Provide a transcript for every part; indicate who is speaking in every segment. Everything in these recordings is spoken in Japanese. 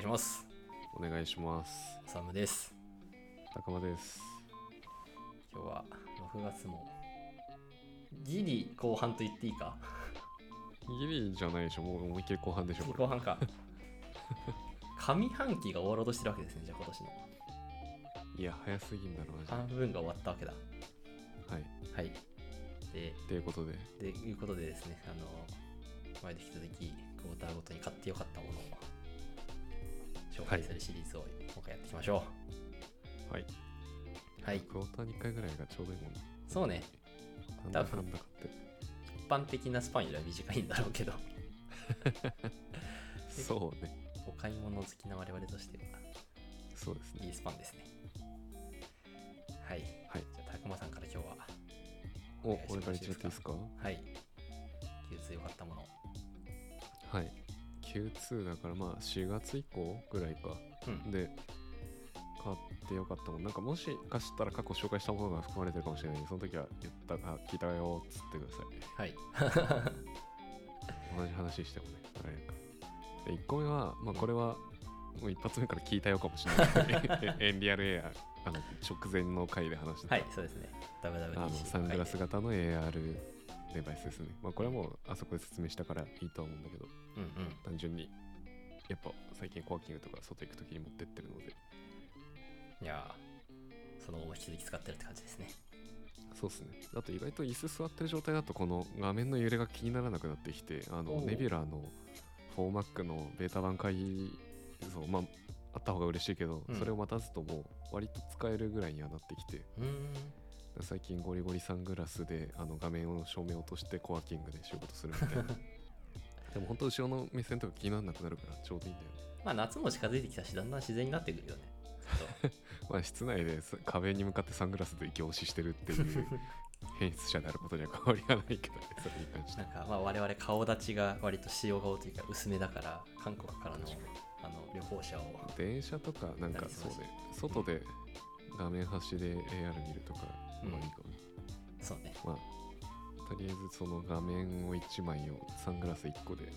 Speaker 1: します
Speaker 2: お願いします。
Speaker 1: サムです
Speaker 2: 高間です。
Speaker 1: 今日はまあ6月もギリ後半と言っていいか
Speaker 2: ギリじゃないでしょ、もう思いっきり後半でしょ、これ。
Speaker 1: 後半か上半期が終わろうとしてるわけですねじゃあ今年の
Speaker 2: いや、早すぎんだろ、マジで。
Speaker 1: 半分が終わったわけだ
Speaker 2: はい。
Speaker 1: はいで
Speaker 2: ということで、
Speaker 1: でいうことでですねあの前で引き続きクォーターごとに買ってよかったものを紹介するシリーズを今回やっていきましょ
Speaker 2: はい。
Speaker 1: うはい、
Speaker 2: クォーターに1回ぐらいがちょうどいいもんね。
Speaker 1: そうね
Speaker 2: なんだかんだ買って。
Speaker 1: 一般的なスパンよりは短いんだろうけど
Speaker 2: そうね。
Speaker 1: お買い物好きな我々としては
Speaker 2: そうですね。
Speaker 1: いいスパンですねはい
Speaker 2: はい。
Speaker 1: じゃあたくまさんから今日は
Speaker 2: お、
Speaker 1: お願いします
Speaker 2: 俺から言っちゃっていいですか
Speaker 1: はい流通良かったもの
Speaker 2: はい。Q2 だから、まあ、4月以降ぐらいか。
Speaker 1: うん
Speaker 2: で、買ってよかったもん。なんか、もしかしたら過去紹介したものが含まれてるかもしれないんでその時は言ったか、聞いたよっつってください。
Speaker 1: はい
Speaker 2: 同じ話してもね、あれやから。で、1個目は、まあ、これは、もう一発目から聞いたよかもしれない。エンリアルエア、あの、直前の回で話してた
Speaker 1: はいそうですね
Speaker 2: あの
Speaker 1: WWDC
Speaker 2: サングラス型の AR デバイスですね。まあ、これはもうあそこで説明したからいいとは思うんだけど、
Speaker 1: うんうん
Speaker 2: 単純にやっぱ最近コワーキングとか外行くときに持ってってるので、
Speaker 1: いやーその後も引き続き使ってるって感じですね
Speaker 2: そうですね。あと意外と椅子座ってる状態だとこの画面の揺れが気にならなくなってきて、あ
Speaker 1: お
Speaker 2: の
Speaker 1: う
Speaker 2: ネビュラの 4Mac のベータ版会像、まあ、あった方が嬉しいけど、
Speaker 1: うん
Speaker 2: それを待たずとも割と使えるぐらいにはなってきて、
Speaker 1: うーん
Speaker 2: 最近ゴリゴリサングラスであの画面を照明落としてコワーキングで仕事するみ たいなでも本当後ろの目線とか気にならなくなるからちょうどいいんだよね
Speaker 1: まあ夏も近づいてきたしだんだん自然になってくるよねちょっ
Speaker 2: まあ室内です壁に向かってサングラスで凝視してるっていう 変質者であることには変わりはないけどねそれに関し
Speaker 1: と
Speaker 2: て
Speaker 1: な
Speaker 2: は
Speaker 1: んかまあ我々顔立ちが割と塩顔というか薄めだから韓国からの
Speaker 2: 確
Speaker 1: あの旅行者を
Speaker 2: 電車とかなんかそうね外で画面端で AR 見るとか
Speaker 1: うん
Speaker 2: まあいいかも、
Speaker 1: そうね
Speaker 2: まあとりあえずその画面を1枚をサングラス1個で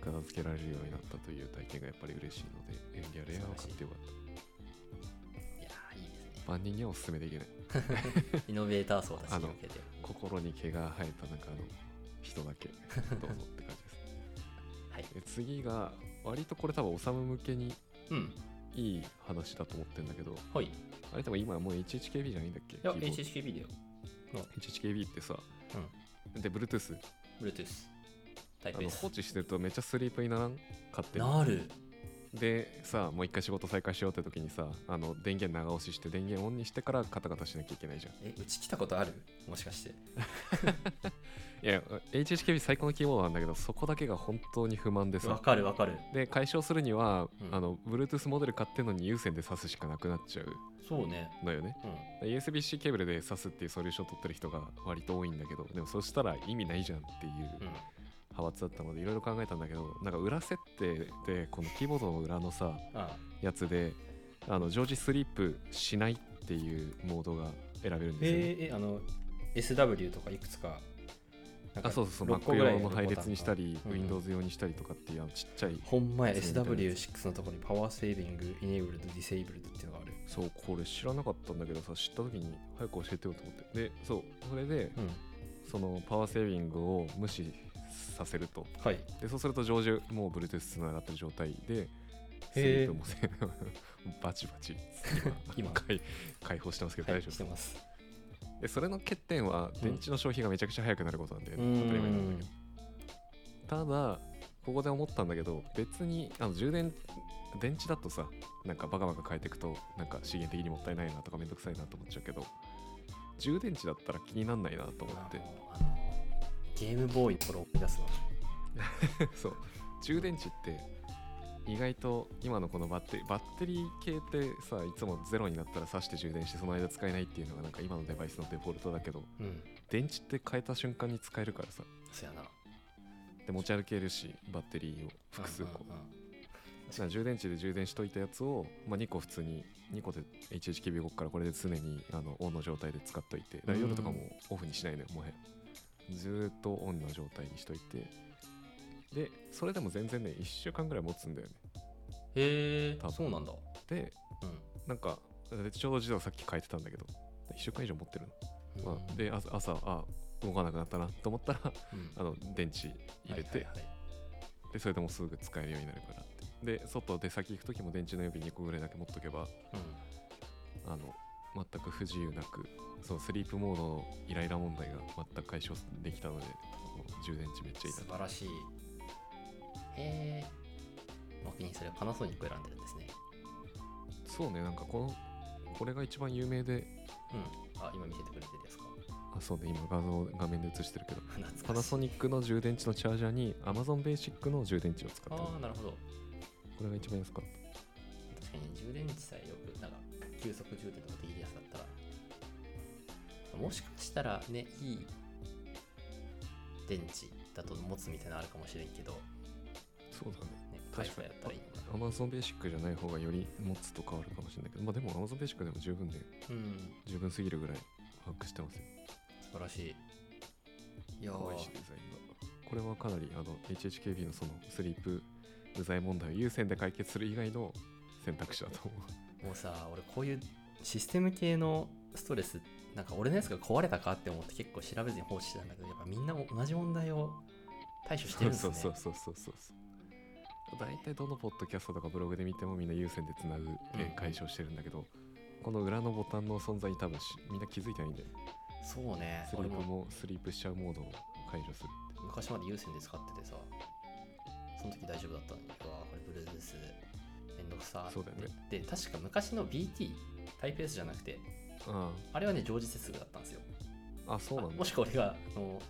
Speaker 2: 片付けられるようになったという体験がやっぱり嬉しいのでエンリアルエアを買ってよかった
Speaker 1: いやーいいですね
Speaker 2: 万人にはお勧めできない
Speaker 1: イノベーター層たちに向けて
Speaker 2: 心に毛が生えた中の人だ けどうぞって感じです
Speaker 1: はい
Speaker 2: で次が割とこれ多分おさむ向けに
Speaker 1: うん
Speaker 2: いい話だと思ってんだけど
Speaker 1: はいい
Speaker 2: あれ多分今もう HHKB じゃないんだっけ
Speaker 1: や
Speaker 2: キーボード
Speaker 1: HHKB だよ
Speaker 2: HHKB ってさ
Speaker 1: うん
Speaker 2: で Bluetooth
Speaker 1: Bluetooth タイ
Speaker 2: あ
Speaker 1: プで
Speaker 2: の放
Speaker 1: す
Speaker 2: 置してるとめっちゃスリープにならん勝手に
Speaker 1: なる
Speaker 2: でさもう一回仕事再開しようって時にさあの電源長押しして電源オンにしてからカタカタしなきゃいけないじゃんい
Speaker 1: えうち来たことあるもしかして
Speaker 2: や HHKB 最高のキーボードなんだけどそこだけが本当に不満で
Speaker 1: わ
Speaker 2: さ
Speaker 1: かるわかる
Speaker 2: で解消するには、
Speaker 1: うん
Speaker 2: あの Bluetooth モデル買ってんのに有線で挿すしかなくなっちゃう
Speaker 1: そうね
Speaker 2: のよね
Speaker 1: うん
Speaker 2: USB-C ケーブルで挿すっていうソリューションを取ってる人が割と多いんだけどでもそしたら意味ないじゃんっていう
Speaker 1: う
Speaker 2: 派
Speaker 1: ん
Speaker 2: 閥だったのでいろいろ考えたんだけどなんか裏設定でこのキーボードの裏のさ
Speaker 1: あ
Speaker 2: やつであの常時スリープしないっていうモードが選べるんですよね、
Speaker 1: えー、あの SW とかいくつかなんか
Speaker 2: あそうそうそう
Speaker 1: 6個
Speaker 2: Mac
Speaker 1: ぐらい
Speaker 2: 用の配列にしたり、
Speaker 1: うんうん
Speaker 2: Windows 用にしたりとかっていうあのちっちゃい
Speaker 1: ほんまや
Speaker 2: そうみたいなや
Speaker 1: SW6 のところにパワーセービング、イネーブルド、ディセイブルドっていうのがある。
Speaker 2: そうこれ知らなかったんだけどさ知った時に早く教えてよと思ってでそうそれで
Speaker 1: うん。
Speaker 2: そのパワーセービングを無視させると
Speaker 1: はい。
Speaker 2: でそうすると常時もう Bluetooth つながってる状態で
Speaker 1: へ
Speaker 2: スリ
Speaker 1: ー
Speaker 2: ープもせ バチバ チ
Speaker 1: 今
Speaker 2: 解解放してますけど
Speaker 1: は
Speaker 2: 大
Speaker 1: い、
Speaker 2: 丈夫で
Speaker 1: し
Speaker 2: す、
Speaker 1: てます。
Speaker 2: でそれの欠点は電池の消費がめちゃくちゃ早くなることなんで、
Speaker 1: う
Speaker 2: 当たり前なんだ
Speaker 1: ん
Speaker 2: け。どただここで思ったんだけど別にあの充電電池だとさなんかバカバカ変えていくとなんか資源的にもったいないなとかめんどくさいなと思っちゃうけど充電池だったら気になんないなと思
Speaker 1: あ
Speaker 2: って
Speaker 1: のあのゲームボーイの頃を思い出すわ。
Speaker 2: そう充電池って意外と今のこのバッテリーバッテリー系ってさいつもゼロになったら挿して充電してその間使えないっていうのがなんか今のデバイスのデフォルトだけど
Speaker 1: うん。
Speaker 2: 電池って変えた瞬間に使えるからさ
Speaker 1: そやな。
Speaker 2: で持ち歩けるしバッテリーを複数個
Speaker 1: うんうんうん
Speaker 2: だから充電池で充電しといたやつを、まあ、2個普通に2個で HHKB5 からこれで常にあのオンの状態で使っといてだから夜とかもオフにしないのよもはやずーっとオンの状態にしといてでそれでも全然ね1週間ぐらい持つんだよね
Speaker 1: へえ
Speaker 2: 多分
Speaker 1: そうなんだ
Speaker 2: で
Speaker 1: うん
Speaker 2: なんかでちょうど自動さっき変えてたんだけど1週間以上持ってるの、ま
Speaker 1: うん
Speaker 2: あ、で朝朝あ動かなくなったなと思ったら
Speaker 1: うん
Speaker 2: あの電池入
Speaker 1: は
Speaker 2: れて、
Speaker 1: いはいはい
Speaker 2: でそれでもうすぐ使えるようになるからってで外出先行く時も電池の予備2個ぐらいだけ持っとけば
Speaker 1: うん
Speaker 2: あの全く不自由なくそのスリープモードのイライラ問題が全く解消できたのであの充電池めっちゃいいな
Speaker 1: 素晴らしいへえお気にそれパナソニック選んでるんですね
Speaker 2: そうねなんかこのこれが一番有名で
Speaker 1: うんあ今見せてくれてるやつか
Speaker 2: あそうね今画像画面で映してるけど
Speaker 1: 懐かしい
Speaker 2: パナソニックの充電池のチャージャーに Amazon ベーシックの充電池を使ってる
Speaker 1: ああなるほど
Speaker 2: これが一番安かった
Speaker 1: 確かに充電池さえよくなんか急速充電とかできるやつだったらもしかしたらねいい電池だと持つみたいなのあるかもしれんけど、ね、
Speaker 2: そうだね
Speaker 1: 回数
Speaker 2: 確かに
Speaker 1: やったらいいのか
Speaker 2: Amazon ベーシックじゃない方がより持つと変わるかもしれないけどまあでも Amazon ベーシックでも十分で
Speaker 1: なうん
Speaker 2: 十分すぎるぐらい把握してますよ
Speaker 1: 素晴らしいいやー
Speaker 2: 可愛いしデザインがこれはかなりあの HHKB のそのスリープ無罪問題を優先で解決する以外の選択肢だと思
Speaker 1: もうさ俺こういうシステム系のストレスなんか俺のやつが壊れたかって思って結構調べずに放置してたんだけどやっぱみんなも同じ問題を対処
Speaker 2: う
Speaker 1: してるんです
Speaker 2: そう
Speaker 1: ね
Speaker 2: そうそうそうそうそう大体どのポッドキャストとかブログで見てもみんな優先でつなぐ、えー解消してるんだけどこの裏のボタンの存在に多分しみんな気づいてないんだよ
Speaker 1: そうね
Speaker 2: スリ
Speaker 1: 俺
Speaker 2: ー
Speaker 1: も
Speaker 2: プもスリープしちゃうモードを解除する
Speaker 1: 昔まで有線で使っててさその時大丈夫だったんだけどわあこれ Bluetooth めんどくさーって
Speaker 2: そうだよね
Speaker 1: で確か昔の BT タイプ S じゃなくて
Speaker 2: あ
Speaker 1: あれはね常時接続だったんですよ
Speaker 2: ああそうなん
Speaker 1: あ
Speaker 2: だ
Speaker 1: もしくは俺があの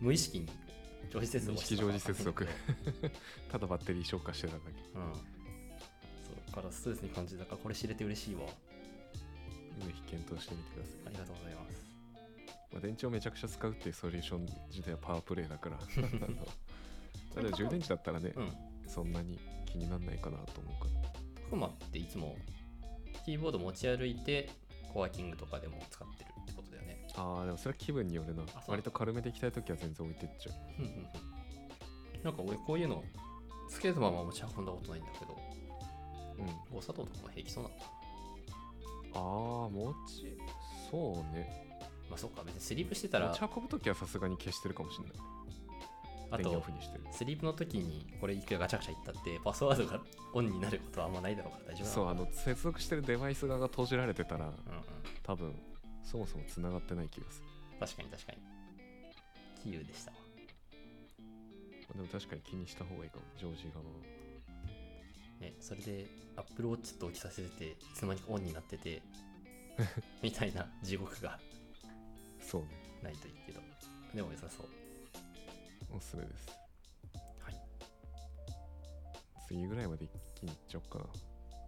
Speaker 1: 無意識に常時接続
Speaker 2: 無
Speaker 1: を
Speaker 2: 意
Speaker 1: して
Speaker 2: 識
Speaker 1: たかわか
Speaker 2: 常時
Speaker 1: んない
Speaker 2: 接
Speaker 1: けど
Speaker 2: 続ただバッテリー消化してただけ
Speaker 1: うん。そうだからストレスに感じたからこれ知れて嬉しいわ。
Speaker 2: ぜひ検討してみてください
Speaker 1: ありがとうございます。
Speaker 2: まあ、電池をめちゃくちゃ使うっていうソリューション自体はパワープレイだ からあのでも充電池だったらね、
Speaker 1: うん。
Speaker 2: そんなに気になんないかなと思うか
Speaker 1: クマっていつもキーボード持ち歩いてコワーキングとかでも使ってるってことだよね。
Speaker 2: らああでもそれは気分によるな
Speaker 1: あそう
Speaker 2: 割と軽めで行きたい時は全然置いてっちゃう
Speaker 1: うんうんうん。なんか俺こういうのつけるまま持ち運んだことないんだけど、
Speaker 2: うん
Speaker 1: お砂糖とかも平気そうなんだ。
Speaker 2: ああ持ちそうね
Speaker 1: まあそっか、別にスリープしてたら
Speaker 2: 持ち、運ぶ時はさすがに消してるかもしれない
Speaker 1: あ
Speaker 2: 電源
Speaker 1: と
Speaker 2: オフにしてる
Speaker 1: スリープの時にこれいくらガチャガチャ言ったってパスワードがオンになることはあんまないだろうから大丈夫なの
Speaker 2: そうあの接続してるデバイス側が閉じられてたら
Speaker 1: うんうん。
Speaker 2: 多分そもそも繋がってない気がする
Speaker 1: 確かに確かに。キーウでしたわ。
Speaker 2: まあでも確かに気にした方がいいかも常時側は
Speaker 1: ね、それでアップルウォッチと起きさせてていつの間にかオンになって てみたいな地獄が
Speaker 2: そうね
Speaker 1: ないといいけどでも良さそう
Speaker 2: おすすめです
Speaker 1: はい
Speaker 2: 次ぐらいまで一気にいっちゃおうかな
Speaker 1: は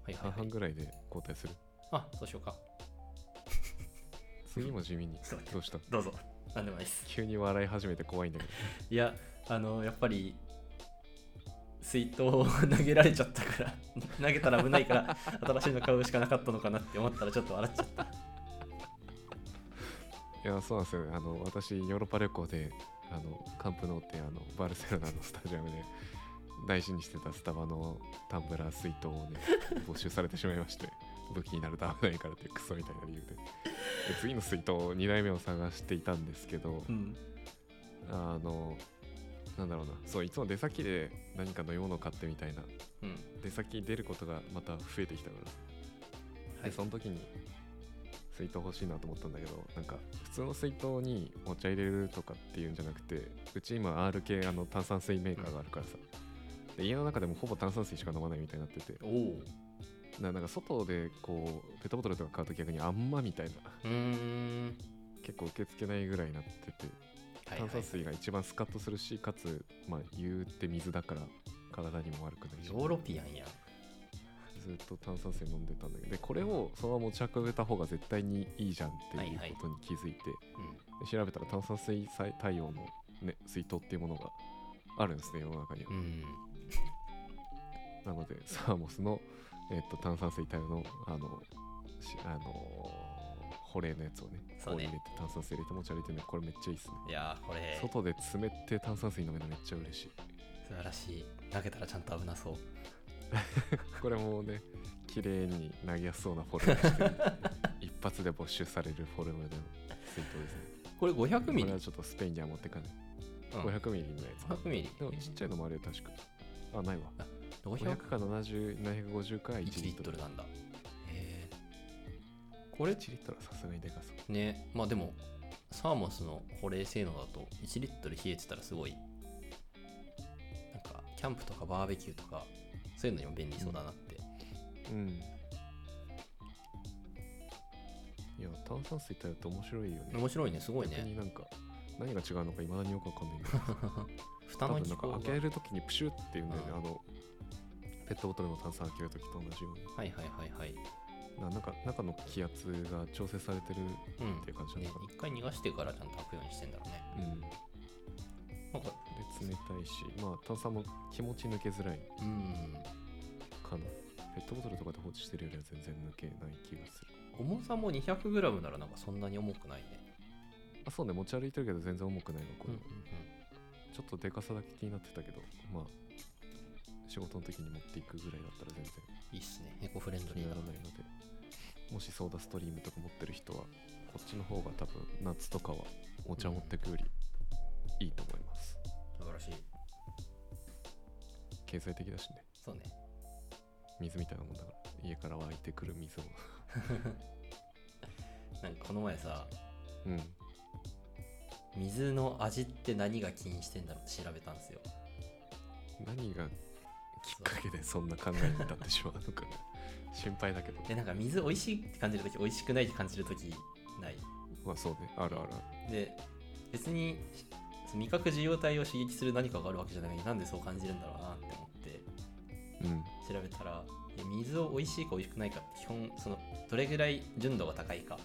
Speaker 1: いはい
Speaker 2: 半
Speaker 1: は
Speaker 2: 々
Speaker 1: い
Speaker 2: ぐらいで交代する
Speaker 1: あそうしようか
Speaker 2: 次も地味に
Speaker 1: そうだね
Speaker 2: どうした
Speaker 1: どうぞなんでもないです
Speaker 2: 急に笑い始めて怖いんだけど
Speaker 1: いやあのやっぱり水筒を投げられちゃったから 投げたら危ないから新しいの買うしかなかったのかなって思ったらちょっと笑っちゃった
Speaker 2: いやそうなんですよあの私ヨーロッパ旅行であのカンプノーってあのバルセロナのスタジアムで大事にしてたスタバのタンブラー水筒をね没収されてしまいまして武器になると危ないからっていうクソみたいな理由でで次の水筒2代目を探していたんですけど
Speaker 1: うん
Speaker 2: あのなんだろうなそういつも出先で何か飲み物を買ってみたいな
Speaker 1: うん
Speaker 2: 出先に出ることがまた増えてきたから
Speaker 1: はい
Speaker 2: でその時に水筒欲しいなと思ったんだけどなんか普通の水筒にお茶入れるとかっていうんじゃなくてうち今 R 系あの炭酸水メーカーがあるからさで家の中でもほぼ炭酸水しか飲まないみたいになってて
Speaker 1: おお
Speaker 2: ななんか外でこうペットボトルとか買うと逆にあんまみたいな
Speaker 1: うーん
Speaker 2: 結構受け付けないぐらいになってて
Speaker 1: はいは
Speaker 2: 炭
Speaker 1: い
Speaker 2: 酸水が一番スカッとするしかつまあ言うて水だから体にも悪くないし
Speaker 1: ヨーロピアンやん
Speaker 2: ずっと炭酸水飲んでたんだけどでこれをそのまま持ち運べた方が絶対にいいじゃんっていうことに気づいて、で調べたら炭酸水対応の、ね、水筒っていうものがあるんですね世の中には
Speaker 1: うん、う、ん、
Speaker 2: なのでサーモスの、えっと炭酸水対応のあのしあの保冷のやつをね
Speaker 1: そう
Speaker 2: 氷
Speaker 1: ね
Speaker 2: 入れて炭酸水入れて持ち歩いてねこれめっちゃいいっすね
Speaker 1: いやーこれ
Speaker 2: 外で冷てえ炭酸水飲めるのめっちゃ嬉しい
Speaker 1: 素晴らしい投げたらちゃんと危なそう
Speaker 2: これもね綺麗に投げやすそうなフォルムしてる 一発で没収されるフォルムの水筒ですね
Speaker 1: これ500ミ
Speaker 2: これ
Speaker 1: リ、
Speaker 2: はちょっとスペインには持ってかない、
Speaker 1: うん
Speaker 2: 500ミリのやつか
Speaker 1: 500ミリ
Speaker 2: でもちっちゃいのもあるよ確かあないわ
Speaker 1: 500
Speaker 2: 500か70750か1
Speaker 1: 1
Speaker 2: リ
Speaker 1: リッ
Speaker 2: ット
Speaker 1: トル
Speaker 2: ル
Speaker 1: なんだへえこれ
Speaker 2: 1リットルはさすがにでかそう
Speaker 1: ねまあでもサーモスの保冷性能だと1リットル冷えてたらすごいなんかキャンプとかバーベキューとかそういうのにも便利そうだなって、
Speaker 2: うんいや炭酸水ってやると面白いよね
Speaker 1: 面白いねすごい
Speaker 2: 逆
Speaker 1: ね
Speaker 2: になんか何が違うのかいまだによくわかんないんだ けど
Speaker 1: 蓋
Speaker 2: 多
Speaker 1: の
Speaker 2: 分な
Speaker 1: 機
Speaker 2: んか
Speaker 1: 構が
Speaker 2: 開けるときにプシュって言うんだよね
Speaker 1: うん
Speaker 2: あのペットボトルの炭酸開けるときと同じように
Speaker 1: はいはいはいはい
Speaker 2: ななんか中の気圧が調整されてるっ
Speaker 1: うん
Speaker 2: ていう感じな
Speaker 1: ね
Speaker 2: のかな、
Speaker 1: 一回逃がしてからちゃんと開くようにしてんだろうね
Speaker 2: うんで
Speaker 1: なんか
Speaker 2: 冷たいしまあ炭酸も気持ち抜けづらい
Speaker 1: うん
Speaker 2: かなペットボトルとかで放置してるよりは全然抜けない気がする
Speaker 1: 重さも 200g ならなんかそんなに重くないね
Speaker 2: あそうね持ち歩いてるけど全然重くないのこ
Speaker 1: うんう
Speaker 2: れ、
Speaker 1: ん
Speaker 2: ちょっとでかさだけ気になってたけどまあ仕事の時に持っていくぐらいだったら全然
Speaker 1: いいっすねエコフレンド
Speaker 2: 気
Speaker 1: リ
Speaker 2: に
Speaker 1: ー
Speaker 2: な
Speaker 1: だ
Speaker 2: らないのでもしソーダストリームとか持ってる人はこっちの方が多分夏とかはお茶持ってくよりいいと思います、
Speaker 1: 素晴らしい
Speaker 2: 経済的だしね
Speaker 1: そうね
Speaker 2: 水みたいなもんだから家から湧いてくる水を
Speaker 1: なんかこの前さ
Speaker 2: うん
Speaker 1: 水の味って何が起因してんだろうって調べたんですよ
Speaker 2: 何がきっかけでそんな考えに至ってしまうのか心配だけど
Speaker 1: でなんか水美味しいって感じる時美味しくないって感じる時ない
Speaker 2: まあそうねあるある
Speaker 1: で別にその味覚受容体を刺激する何かがあるわけじゃないのになんでそう感じるんだろうなって思って
Speaker 2: うん
Speaker 1: 調べたらえ水を美味しいか美味しくないかって基本そのどれぐらい純度が高いか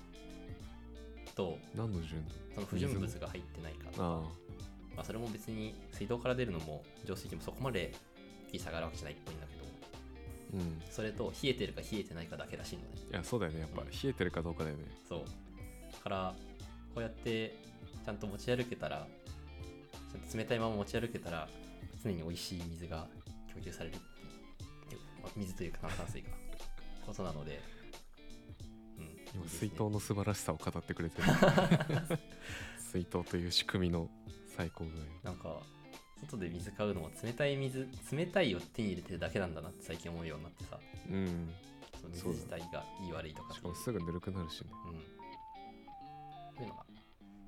Speaker 1: と
Speaker 2: 何の順
Speaker 1: その不純物が入ってないか、
Speaker 2: あ
Speaker 1: まあ、それも別に水道から出るのも浄水器もそこまで大きい差があるわけじゃないっぽいんだけど
Speaker 2: うんい
Speaker 1: それと冷えてるか冷えてないかだけらしいのね
Speaker 2: やそうだよねやっぱ
Speaker 1: うん
Speaker 2: 冷えてるかどうかだよね
Speaker 1: そうだからこうやってちゃんと持ち歩けたらちゃんと冷たいまま持ち歩けたら常に美味しい水が供給されるっていうまあ水というか炭酸水かことなので、うん、いい
Speaker 2: 今
Speaker 1: です
Speaker 2: 水
Speaker 1: ね
Speaker 2: 筒の素晴らしさを語ってくれて る水筒という仕組みの最高具
Speaker 1: なんか外で水買うのも冷たい水冷たいを手に入れてるだけなんだなって最近思うようになってさ
Speaker 2: 合うん
Speaker 1: その水
Speaker 2: そう
Speaker 1: 自体がいい悪いとか
Speaker 2: しかもすぐぬるくなるしね
Speaker 1: うんそういうのが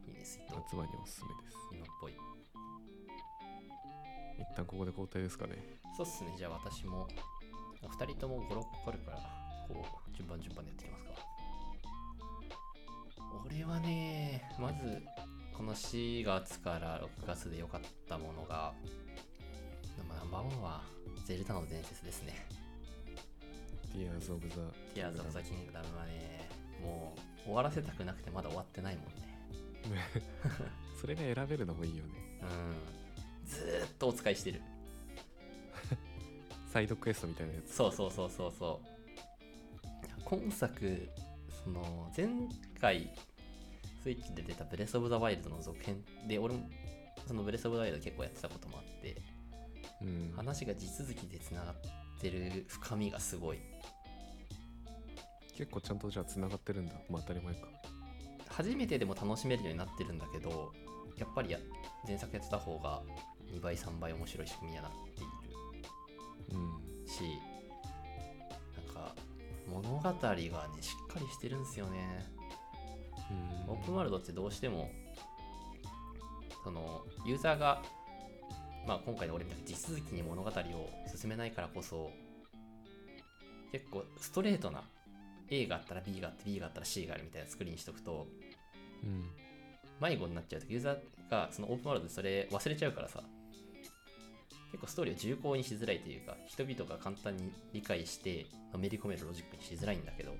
Speaker 1: いいね水筒
Speaker 2: 夏場におすすめです
Speaker 1: 今っぽい
Speaker 2: 一旦ここで交代ですかね
Speaker 1: そうっすね、じゃあ私も、お二人とも5、6個あるから、こう、順番順番でやっていきますか。俺はね、まず、この4月から6月で良かったものが、まあナンバーワンは、ゼルダの伝説ですね。
Speaker 2: Tears of the
Speaker 1: ティアーズ・オブ・ザ・キングダムはね、もう、終わらせたくなくてまだ終わってないもんね。
Speaker 2: それが選べるのもいいよね
Speaker 1: うん。ずーっとお使いしてる。
Speaker 2: サイドクエストみたいなやつ
Speaker 1: そうそうそうそうそう今作その前回スイッチで出た「ブレス・オブ・ザ・ワイルド」の続編で俺もその「ブレス・オブ・ザ・ワイルド」結構やってたこともあって
Speaker 2: うん
Speaker 1: 話が地続きでつながってる深みがすごい
Speaker 2: 結構ちゃんとじゃあつながってるんだまあ当たり前か
Speaker 1: 初めてでも楽しめるようになってるんだけどやっぱりや前作やってた方が2倍3倍面白い仕組みにはなっている
Speaker 2: うん
Speaker 1: しなんか物語がねしっかりしてるんですよねオープンワールドってどうしてもそのユーザーが、まあ、今回の俺みたいに地続きに物語を進めないからこそ結構ストレートな A があったら B があって B があったら C があるみたいな作りにしとくと
Speaker 2: うん
Speaker 1: 迷子になっちゃうとユーザーがそのオープンワールドでそれ忘れちゃうからさ結構ストーリーを重厚にしづらいというか人々が簡単に理解してのめり込めるロジックにしづらいんだけど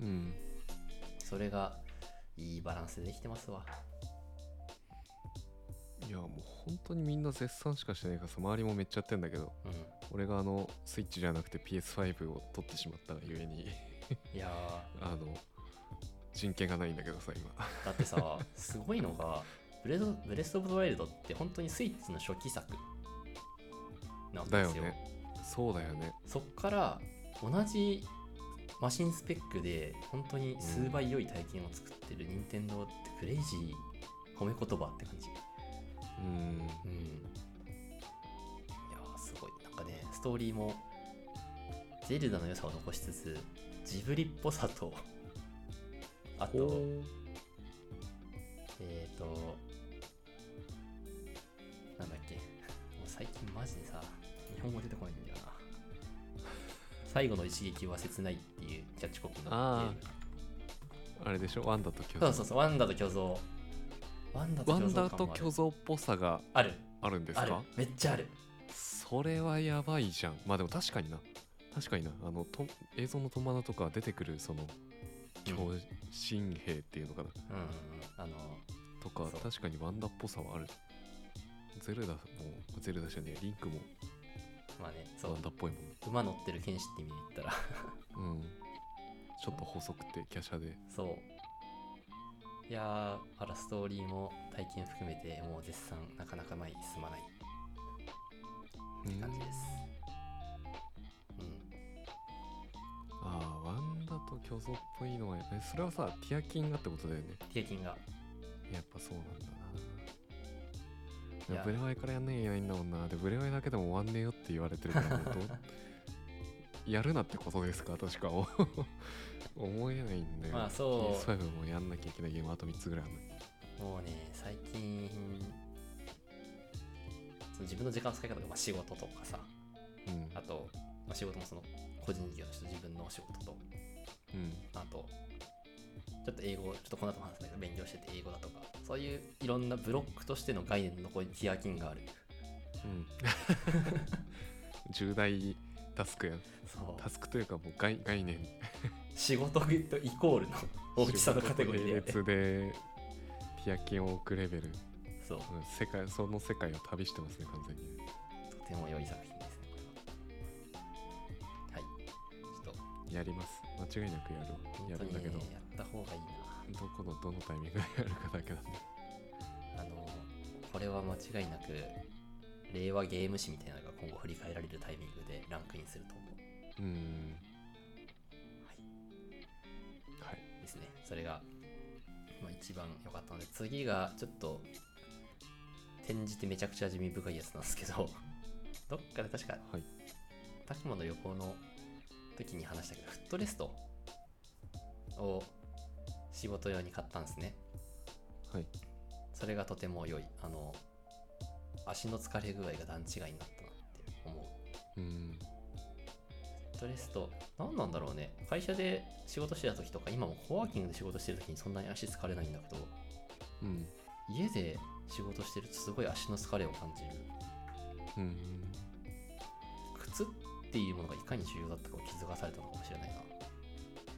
Speaker 2: うん
Speaker 1: それがいいバランスでできてますわ
Speaker 2: いやもう本当にみんな絶賛しかしてないからさ周りもめっちゃやってんだけど
Speaker 1: うん
Speaker 2: 俺があのスイッチじゃなくて PS5 を取ってしまったがゆ えに
Speaker 1: いやー
Speaker 2: あの人権がないんだけどさ今
Speaker 1: だって さすごいのがブレドブレス・オブ・ザ・ワイルドって本当にスイッチの初期作なん
Speaker 2: だ
Speaker 1: で
Speaker 2: よ
Speaker 1: すよ
Speaker 2: ねそうだよね
Speaker 1: そっから同じマシンスペックで本当に数倍良い体験を作ってる任天堂ってクレイジー褒め言葉って感じ
Speaker 2: うん
Speaker 1: うんいやーすごいなんかねストーリーもゼルダの良さを残しつつジブリっぽさとあと
Speaker 2: ほ
Speaker 1: えっ、ー、と、なんだっけ、もう最近マジでさ、日本語出てこないんだよな。最後の一撃は切ないっていうキャッチコピーになってて
Speaker 2: うあれでしょワンダと巨
Speaker 1: そう
Speaker 2: 像
Speaker 1: そうそう、ワンダと巨像。ワンダと
Speaker 2: ワ
Speaker 1: 巨
Speaker 2: ン
Speaker 1: 像
Speaker 2: ダ
Speaker 1: 感
Speaker 2: と
Speaker 1: もある
Speaker 2: 巨像っぽさが
Speaker 1: ある、
Speaker 2: あるんです
Speaker 1: ある
Speaker 2: か、
Speaker 1: めっちゃある。
Speaker 2: それはやばいじゃんまあでも確かにな確かになあのと映像のトマナとか出てくるそ
Speaker 1: うん
Speaker 2: の
Speaker 1: うんうん
Speaker 2: 強心兵っていうのかな、
Speaker 1: あの、
Speaker 2: とか
Speaker 1: そう
Speaker 2: 確かにワンダっぽさはあるゼルダもゼルダじゃねえリンクも
Speaker 1: まあね、そ
Speaker 2: ワ
Speaker 1: う
Speaker 2: ン、ダっぽいもん
Speaker 1: 馬乗ってる剣士って意味で言ったら、
Speaker 2: うんちょっと細くて華奢で
Speaker 1: そう。いやー、あらストーリーも体験含めて、もう絶賛なかなか前に進まない。
Speaker 2: うん
Speaker 1: 感じです。うん。
Speaker 2: ああワンダと巨像っぽいのはえそれはさティアキンがってことだよね
Speaker 1: ティアキンが。
Speaker 2: やっぱそうなんだ
Speaker 1: い
Speaker 2: な
Speaker 1: や
Speaker 2: ブレワイからやんなきゃいけないんだもんなでブレワイだけでも終わんねえよって言われてるからもうど うやるなってことですか確か 思えないんだよ、
Speaker 1: まあそう
Speaker 2: PS5 もやんなきゃいけないゲームあと3つぐらいあるのに
Speaker 1: もうね、最近、その自分の時間の使い方が、まあ、仕事とかさ、
Speaker 2: うん
Speaker 1: あと、まあ、仕事もその個人事業の人、自分のお仕事と、
Speaker 2: うん
Speaker 1: あと、ちょっと英語、ちょっとこの後も話すんだけど、勉強してて英語だとか、そういういろんなブロックとしての概念のここにティアキンがある。
Speaker 2: うん、 重大タスクや
Speaker 1: そう
Speaker 2: タスクというかもう概概念
Speaker 1: 仕事とイコールの大きさのカテゴリーで、
Speaker 2: 仕事と並列でティアキンを置くレベル、
Speaker 1: そう、
Speaker 2: うん世界その世界を旅してますね完全に
Speaker 1: とても良い作品ですね、これは。はい。ちょっと、
Speaker 2: やります間違いなくやるわや
Speaker 1: 本当
Speaker 2: るんだ
Speaker 1: にね
Speaker 2: けど、
Speaker 1: やった方がいいな。
Speaker 2: どこのどのタイミングでやるかだけなんで
Speaker 1: あのこれは間違いなく令和ゲーム史みたいなのが今後振り返られるタイミングでランクインすると思う
Speaker 2: うん
Speaker 1: はい
Speaker 2: はい
Speaker 1: ですねそれが、まあ、一番良かったので次がちょっと転じてめちゃくちゃ味見深いやつなんですけ どどっかで確か
Speaker 2: はい
Speaker 1: たくまの旅行の時に話したけどフットレストを仕事用に買ったんですね
Speaker 2: はい
Speaker 1: それがとても良いあの足の疲れ具合が段違いになったなって思う
Speaker 2: うん
Speaker 1: フットレスト何なんだろうね会社で仕事してた時とか今もコワーキングで仕事してる時にそんなに足疲れないんだけど
Speaker 2: うん
Speaker 1: 家で仕事してるとすごい足の疲れを感じる
Speaker 2: うん
Speaker 1: 靴っていうものがいかに重要だったかを気づかされたのかもしれないな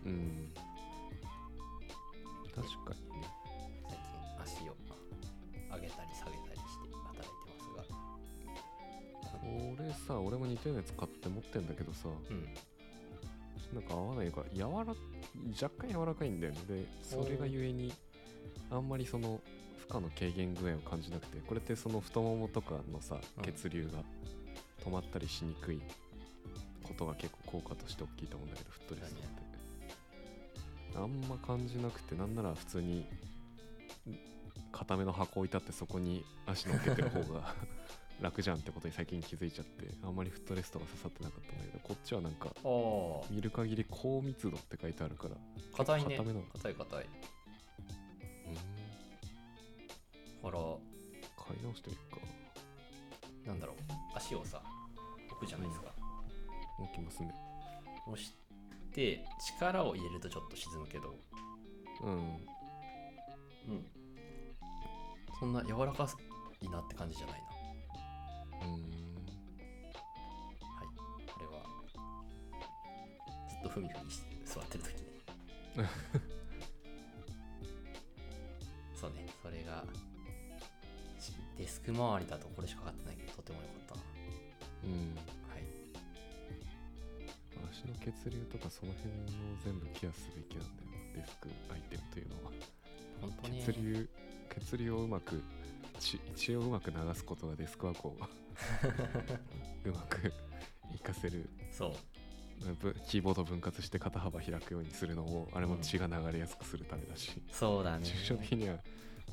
Speaker 2: うん確かにね
Speaker 1: 最近足を上げたり下げたりして働いてますが
Speaker 2: 俺さ俺も似たようなやつ買って持ってんだけどさ
Speaker 1: うん
Speaker 2: なんか合わないから柔ら若干柔らかいんだよねでそれがゆえにあんまりその負荷の軽減具合を感じなくてこれってその太ももとかのさ
Speaker 1: うん
Speaker 2: 血流が止まったりしにくいことが結構効果として大きいと思うんだけどフットレストってあんま感じなくてなんなら普通に固めの箱置いてあってそこに足乗っけてる方 が楽じゃんってことに最近気づいちゃってあんまりフットレストが刺さってなかったんだけどこっちはなんか
Speaker 1: あ
Speaker 2: 見る限り高密度って書いてあるから
Speaker 1: あ硬いね
Speaker 2: 固めなの
Speaker 1: 硬い硬い
Speaker 2: うん
Speaker 1: ほら
Speaker 2: 買い直してみっか
Speaker 1: なんだろう足をさ置くじゃないですか、
Speaker 2: 置きますね
Speaker 1: 押して力を入れるとちょっと沈むけど
Speaker 2: うん
Speaker 1: うんそんな柔らかいなって感じじゃないな
Speaker 2: うん
Speaker 1: はいこれはずっとふみふみしてる座ってる時 ねそうねそれがしデスク周りだとこれしかかってないけどとても良かったな
Speaker 2: うん
Speaker 1: はい
Speaker 2: 足の血流とかその辺を全部ケアすべきなんだよなデスクアイテムというのは
Speaker 1: 本当ね
Speaker 2: 血流血流をうまく 血血をうまく流すことがデスクワークをうまく効かせる
Speaker 1: そう
Speaker 2: ぶキーボード分割して肩幅開くようにするのもあれも血が流れやすくするためだし、
Speaker 1: そうだね
Speaker 2: 抽象的には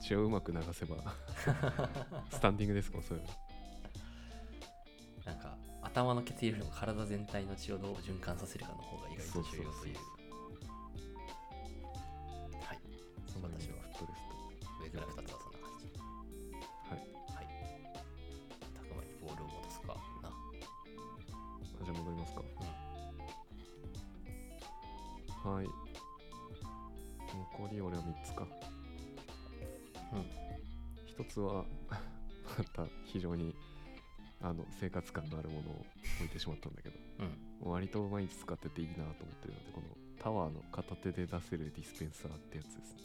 Speaker 2: 血をうまく流せ ばスタンディングですかそういうの
Speaker 1: なんか頭の血液よりも体全体の血をどう循環させるかの方が意外と重要というはい
Speaker 2: そんな意味
Speaker 1: 私
Speaker 2: で
Speaker 1: は
Speaker 2: フットレスト
Speaker 1: 上から2つはそんな感じ
Speaker 2: はい
Speaker 1: はい高まにボールを戻すかな
Speaker 2: あじゃあ戻りますか、はい残り俺は3つか
Speaker 1: うん
Speaker 2: 1つは また非常にあの生活感のあるものを置いてしまったんだけど
Speaker 1: うん
Speaker 2: 割と毎日使ってていいなと思ってるのでこのタワーの片手で出せるディスペンサーってやつです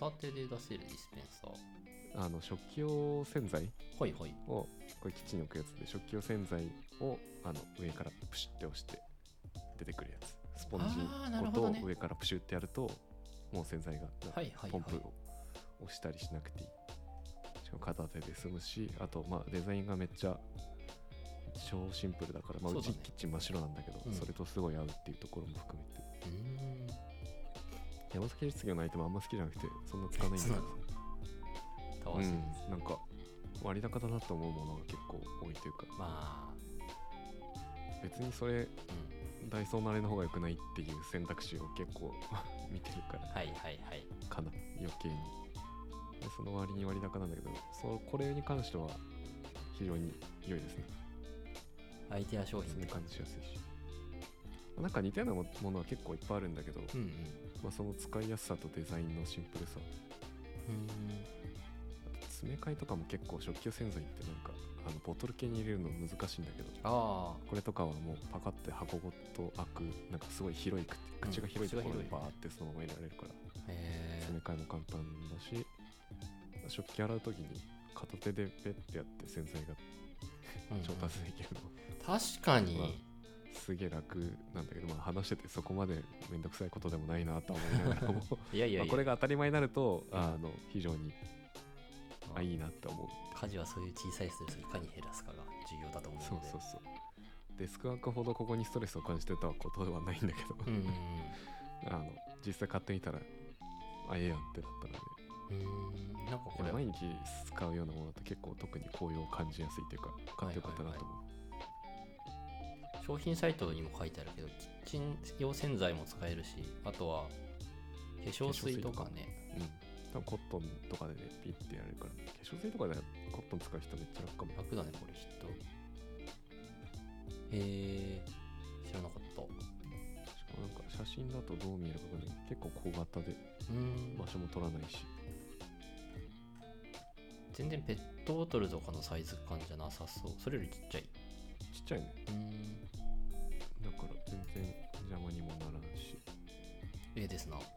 Speaker 1: 片手で出せるディスペンサー
Speaker 2: あの食器用洗剤
Speaker 1: ほいほい
Speaker 2: をこれキッチンに置くやつで食器用洗剤をあの上からプシュって押して出てくるやつスポン
Speaker 1: あーな
Speaker 2: ジ
Speaker 1: る
Speaker 2: ご
Speaker 1: ほど
Speaker 2: と
Speaker 1: ね
Speaker 2: 上からプシュってやるともう洗剤が
Speaker 1: はいはいはい
Speaker 2: ポンプを押したりしなくていいしかも片手で済むしあとまあデザインがめっちゃ超シンプルだから、まあ、
Speaker 1: そううだね
Speaker 2: ちキッチン真っ白なんだけど
Speaker 1: うん
Speaker 2: それとすごい合うっていうところも含めて
Speaker 1: うーん
Speaker 2: 山崎実業のアイテムあんま好きじゃなくてそんな使わないんだけど
Speaker 1: タワ
Speaker 2: う
Speaker 1: ーシリ
Speaker 2: ん
Speaker 1: ーズ、
Speaker 2: なんか割高だなと思うものが結構多いというか
Speaker 1: まあ
Speaker 2: 別にそれ
Speaker 1: う
Speaker 2: ダイソーのあれの方が良くないっていう選択肢を結構 見てるから
Speaker 1: んはいはいはい
Speaker 2: かな余計にでその割に割高なんだけどそうこれに関しては非常に良いですね
Speaker 1: アイデア商
Speaker 2: 普
Speaker 1: 品
Speaker 2: 通
Speaker 1: っ
Speaker 2: に
Speaker 1: て感
Speaker 2: 感
Speaker 1: じ
Speaker 2: じしやすいしなんか似たようなもものは結構いっぱいあるんだけど、
Speaker 1: うんうん
Speaker 2: まあ、その使いやすさとデザインのシンプルさ詰め替えとかも結構食器用洗剤ってなんかあのボトル系に入れるの難しいんだけど
Speaker 1: あ
Speaker 2: これとかはもうパカって箱ごと開くなんかすごい広い口
Speaker 1: うん
Speaker 2: 口が広いところ
Speaker 1: 口が広
Speaker 2: に
Speaker 1: い
Speaker 2: バーってそのまま入れられるから
Speaker 1: あへ
Speaker 2: 詰め替えも簡単だし食器洗う時に片手でペッてやって洗剤が
Speaker 1: え、うんうん
Speaker 2: 調達できるの、
Speaker 1: 確かに、
Speaker 2: まあすげえ楽なんだけど、まあ、話しててそこまで面倒くさいことでもないなとは思 いながらも
Speaker 1: いやいや
Speaker 2: まあ
Speaker 1: いや、
Speaker 2: これが当たり前になると
Speaker 1: うん
Speaker 2: あの非常に
Speaker 1: まあ
Speaker 2: あいいなって思う
Speaker 1: 家事はそういう小さいストレスをいかに減らすかが重要だと思う
Speaker 2: そ
Speaker 1: の
Speaker 2: う
Speaker 1: で
Speaker 2: そうそうデスクワークほどここにストレスを感じてたことではないんだけど、
Speaker 1: うんうん
Speaker 2: あの実際買ってみたらあええやんってなったので
Speaker 1: うんうーんなんかこ
Speaker 2: い
Speaker 1: れ
Speaker 2: や毎日使うようなものだと結構特に紅葉を感じやすいというか買ってよかったなと思う、
Speaker 1: 商品サイトにも書いてあるけどキッチン用洗剤も使えるしあとは化粧水とかね
Speaker 2: うん多分コットンとかでねピッてやれるから化粧水とかでコットン使う人めっちゃ楽かも
Speaker 1: 楽だねこれきっとへえ知らなかったう
Speaker 2: しかもなんか写真だとどう見えるかがね結構小型で
Speaker 1: ーん
Speaker 2: 場所も取らないし
Speaker 1: 全然ペットボトルとかのサイズ感じゃなさそうそれよりちっちゃい
Speaker 2: ちっちゃいね
Speaker 1: うーん
Speaker 2: だから全然邪魔にもならないし
Speaker 1: ええですな
Speaker 2: なんか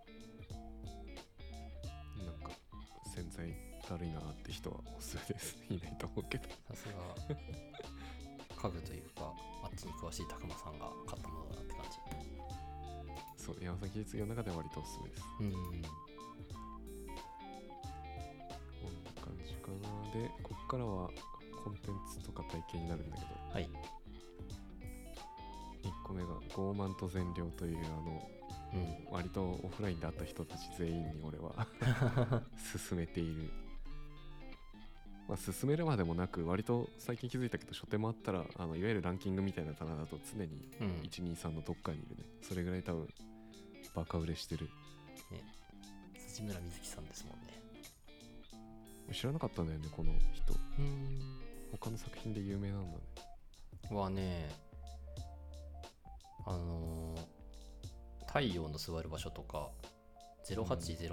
Speaker 2: 洗剤だるいなって人はおすすめですいないと思うけど
Speaker 1: さすが家具というかあっちに詳しいたくまさんが買ったものだなって感じ
Speaker 2: そう山崎実業の中では割とおすすめです
Speaker 1: うーん
Speaker 2: こんな感じかなでこっからはコンテンツとか体験になるんだけど
Speaker 1: はい
Speaker 2: 1個目が「傲慢と善良」というあの
Speaker 1: うん
Speaker 2: 割とオフラインで会った人たち全員に俺は勧めているまあ勧めるまでもなく割と最近気づいたけど書店もあったらあのいわゆるランキングみたいな棚だと常に
Speaker 1: うん
Speaker 2: 123のどっかにいるねそれぐらい多分バカ売れしてる
Speaker 1: 辻村瑞希さんですもんね
Speaker 2: 知らなかったんだよねこの人
Speaker 1: うん
Speaker 2: 他の作品で有名なんだね
Speaker 1: はねあのー太陽の座る場所」とか「0807」っていう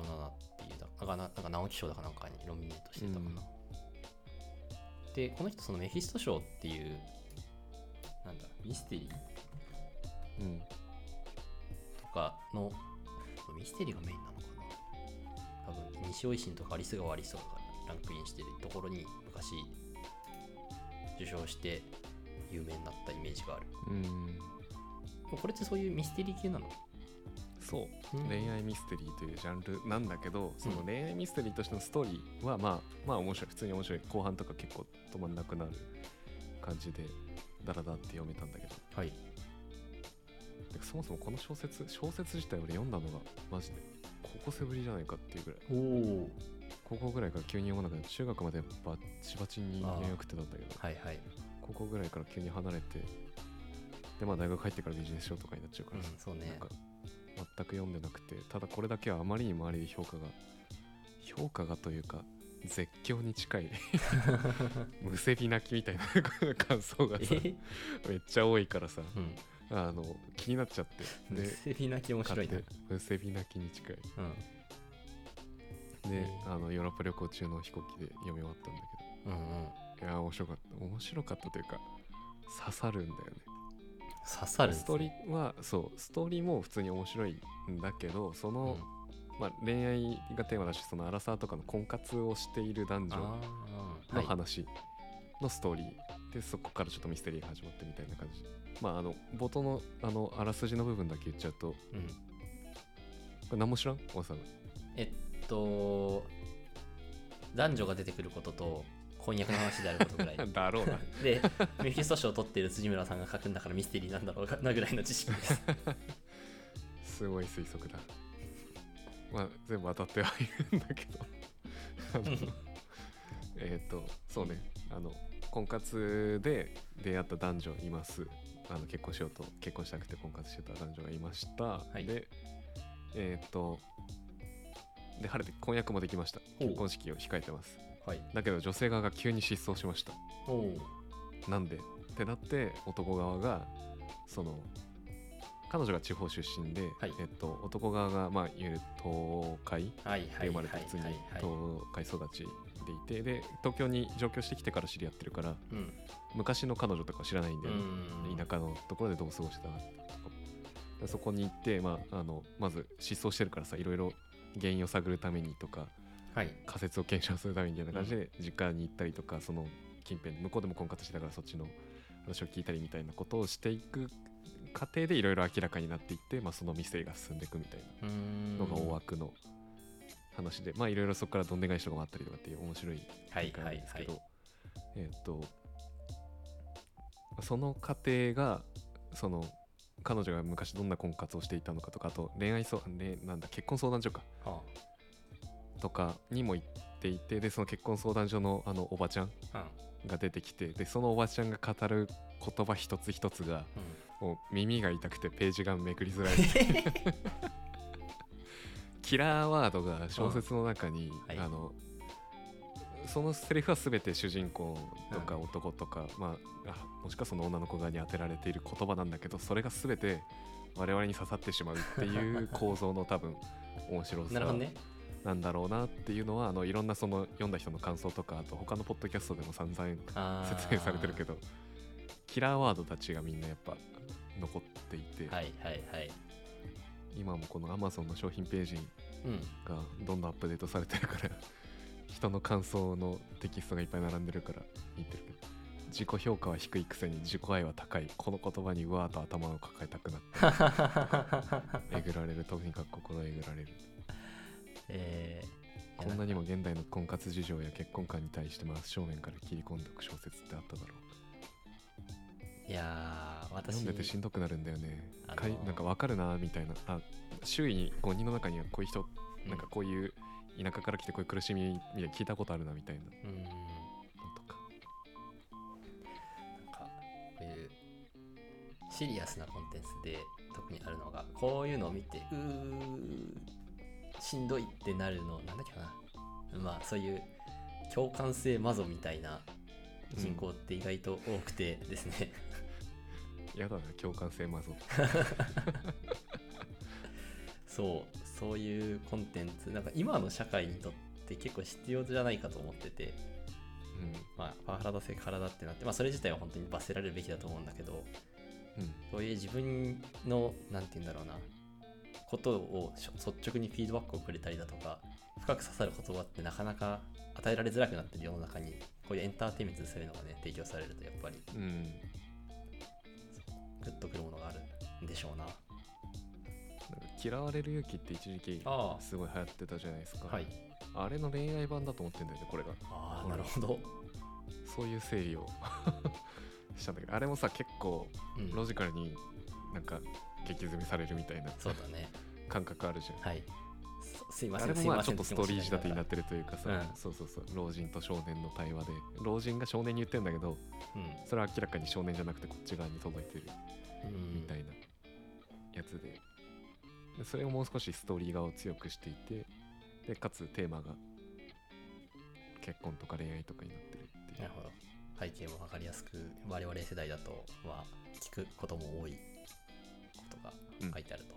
Speaker 1: だ、なんかななんか直木賞だかなんかにノミネートしてたかな、でこの人そのメヒスト賞っていうなんだミステリー
Speaker 2: うん
Speaker 1: とかのミステリーがメインなのかな多分西尾維新とか有栖川有栖がランクインしてるところに昔受賞して有名になったイメージがある
Speaker 2: うん
Speaker 1: これってそういうミステリー系なの
Speaker 2: そう
Speaker 1: うん
Speaker 2: 恋愛ミステリーというジャンルなんだけどそうの
Speaker 1: ん
Speaker 2: 恋愛ミステリーとしてのストーリーはまあまあ面白い普通に面白い後半とか結構止まんなくなる感じでダラダラって読めたんだけど
Speaker 1: はい
Speaker 2: てかそもそもこの小説小説自体俺読んだのがマジで高校生ぶりじゃないかっていうぐらい
Speaker 1: おお
Speaker 2: 高校ぐらいから急に読まなくなって中学までバッチバチに入学ってたんだけど
Speaker 1: はいはい、
Speaker 2: 高校ぐらいから急に離れてでまあ大学入ってからビジネス書とかになっちゃう
Speaker 1: う
Speaker 2: からさ
Speaker 1: ん、そう
Speaker 2: なん
Speaker 1: ね
Speaker 2: か全く読んでなくてただこれだけはあまりに周りで評価が評価がというか絶叫に近 いむせび泣きみたいな 感想がさ
Speaker 1: え
Speaker 2: めっちゃ多いからさ
Speaker 1: うん
Speaker 2: あの気になっちゃっ
Speaker 1: う
Speaker 2: て
Speaker 1: んむ
Speaker 2: で
Speaker 1: せび泣き面白
Speaker 2: 買っ
Speaker 1: いな
Speaker 2: てむせび泣きに近い
Speaker 1: うん
Speaker 2: であのヨーロッパ旅行中の飛行機で読み終わったんだ
Speaker 1: うんうん
Speaker 2: けどいやー面白かった面白かったというか刺さるんだよね
Speaker 1: 刺さるんですね
Speaker 2: ストーリーはそうストーリーも普通に面白いんだけどその、まあ、恋愛がテーマだしそのアラサーとかの婚活をしている男
Speaker 1: うん、
Speaker 2: 女
Speaker 1: あー
Speaker 2: の
Speaker 1: はい
Speaker 2: 話のストーリー、でそこからちょっとミステリーが始まってみたいな感じまああの冒頭のあのあらすじの部分だけ言っちゃうとこ
Speaker 1: うん
Speaker 2: れ何も知らんおさん
Speaker 1: えっと男女が出てくることと婚約の話であることぐらい
Speaker 2: だろうな
Speaker 1: でメフィスト賞を取っている辻村さんが書くんだからミステリーなんだろうなぐらいの知識です
Speaker 2: すごい推測だまあ全部当たってはいるんだけどあのえっとそうねあの婚活で出会った男女いますあの結婚しようと結婚したくて婚活してた男女がいました、
Speaker 1: い
Speaker 2: でえっ、とで晴れて婚約もできました
Speaker 1: ほう
Speaker 2: 結婚式を控えてます
Speaker 1: はい
Speaker 2: だけど女性側が急に失踪しました
Speaker 1: おお
Speaker 2: なんでってなって男側がその彼女が地方出身で、
Speaker 1: はい
Speaker 2: えっと、男側が、まあ、いわゆる東海
Speaker 1: はいはい
Speaker 2: で生
Speaker 1: は
Speaker 2: ま
Speaker 1: い
Speaker 2: れ
Speaker 1: はい
Speaker 2: て普通に
Speaker 1: はい
Speaker 2: 東海育ちでいてで東京に上京してきてから知り合ってるから
Speaker 1: うん
Speaker 2: 昔の彼女とか知らないんだ
Speaker 1: う
Speaker 2: よね、
Speaker 1: ん
Speaker 2: 田舎のところでどう過ごしてたかでそこに行って、まあ、あのまず失踪してるからさいろいろ原因を探るためにとか
Speaker 1: はい
Speaker 2: 仮説を検証するためにみたいな感じで実家に行ったりとかその近辺向こうでも婚活してたからそっちの話を聞いたりみたいなことをしていく過程でいろいろ明らかになっていって、まあ、そのミステリーが進んでいくみたいな
Speaker 1: うん
Speaker 2: のが大枠の話で、まあいろいろそこからどんでん返しとかもあったりとかっていう面白い
Speaker 1: はい
Speaker 2: 展開
Speaker 1: は
Speaker 2: なん
Speaker 1: い
Speaker 2: です
Speaker 1: は
Speaker 2: け
Speaker 1: い
Speaker 2: ど、えーっとその過程がその彼女が昔どんな婚活をしていたのかとかあと恋愛相恋なんだ結婚相談所か
Speaker 1: あ
Speaker 2: とかにも行っていてでその結婚相談所のあのおばちゃん
Speaker 1: あ
Speaker 2: が出てきてでそのおばちゃんが語る言葉一つ一つ
Speaker 1: うんう
Speaker 2: が
Speaker 1: ん
Speaker 2: もう耳が痛くてページがめくり づらいキラーワードが小説の中に、
Speaker 1: うんはい
Speaker 2: あのそのセリフは全て主人公とか男とか、まあ、あもしくはその女の子側に当てられている言葉なんだけどそれが全て我々に刺さってしまうっていう構造の多分面白 さ
Speaker 1: なるほどね
Speaker 2: なんだろうなっていうのはあのいろんなその読んだ人の感想とかあと他のポッドキャストでも散々
Speaker 1: あー
Speaker 2: 説明されてるけどキラーワードたちがみんなやっぱ残っていて、
Speaker 1: はいはいはい
Speaker 2: 今もこの Amazon の商品ページ
Speaker 1: うん
Speaker 2: がどんどんアップデートされてるから人の感想のテキストがいっぱい並んでるから見てるけど自己評価は低いくせに自己愛は高いこの言葉にうわーっと頭を抱えたくなってえぐられるとにかく心えぐられる
Speaker 1: えー
Speaker 2: こんなにも現代の婚活事情や結婚観に対して真正面から切り込んでいく小説ってあっただろう
Speaker 1: いやー私
Speaker 2: 読んでてしんどくなるんだよね、
Speaker 1: あの
Speaker 2: かいなんかわかるなみたいなあ周囲に5人の中にはこういう人、
Speaker 1: うん
Speaker 2: なんかこういう田舎から来てこういう苦しみみたいな聞いたことあるなみたいなの
Speaker 1: うんなん
Speaker 2: とか
Speaker 1: かこういうシリアスなコンテンツで特にあるのがこういうのを見てうーしんどいってなるのなんだっけかなまあそういう共感性マゾみたいな人口って意外と多くてですね、
Speaker 2: やだな共感性マゾ
Speaker 1: そうそういうコンテンツなんか今の社会にとって結構必要じゃないかと思ってて
Speaker 2: う
Speaker 1: まあパワハラだせ体ってなってまあそれ自体は本当に罰せられるべきだと思うんだけど
Speaker 2: んうん
Speaker 1: そういう自分の何て言うんだろうなことをしょ率直にフィードバックをくれたりだとか深く刺さる言葉ってなかなか与えられづらくなってる世の中にこういうエンターテインメントでそういうのがね提供されるとやっぱり
Speaker 2: うん
Speaker 1: グッとくるものがあるんでしょうな
Speaker 2: なんか嫌われる勇気って一時期
Speaker 1: あ
Speaker 2: すごい流行ってたじゃないですか、
Speaker 1: はい
Speaker 2: あれの恋愛版だと思ってんだよねこれが
Speaker 1: あ
Speaker 2: ほ
Speaker 1: あな
Speaker 2: ら
Speaker 1: るほど
Speaker 2: そういう整理を したんだけどあれもさ結構
Speaker 1: うん
Speaker 2: ロジカルになんか激詰めされるみたいな
Speaker 1: そうだね
Speaker 2: 感覚あるじゃん
Speaker 1: はいすすいま
Speaker 2: あ
Speaker 1: せ
Speaker 2: れ
Speaker 1: ん
Speaker 2: も
Speaker 1: すい
Speaker 2: まあ
Speaker 1: ま
Speaker 2: ち
Speaker 1: せ
Speaker 2: ょ
Speaker 1: ん
Speaker 2: っとストーリー仕立てになってるというかさ、
Speaker 1: うん
Speaker 2: そうそうそう老人と少年の対話で老人が少年に言ってんだけど
Speaker 1: うん
Speaker 2: それは明らかに少年じゃなくてこっち側に届いてる
Speaker 1: うん
Speaker 2: みたいなやつででそれをもう少しストーリー側を強くしていてでかつテーマが結婚とか恋愛とかになってるってい
Speaker 1: な
Speaker 2: う
Speaker 1: るほど背景も分かりやすく我々世代だとは聞くことも多いことが書いてあると、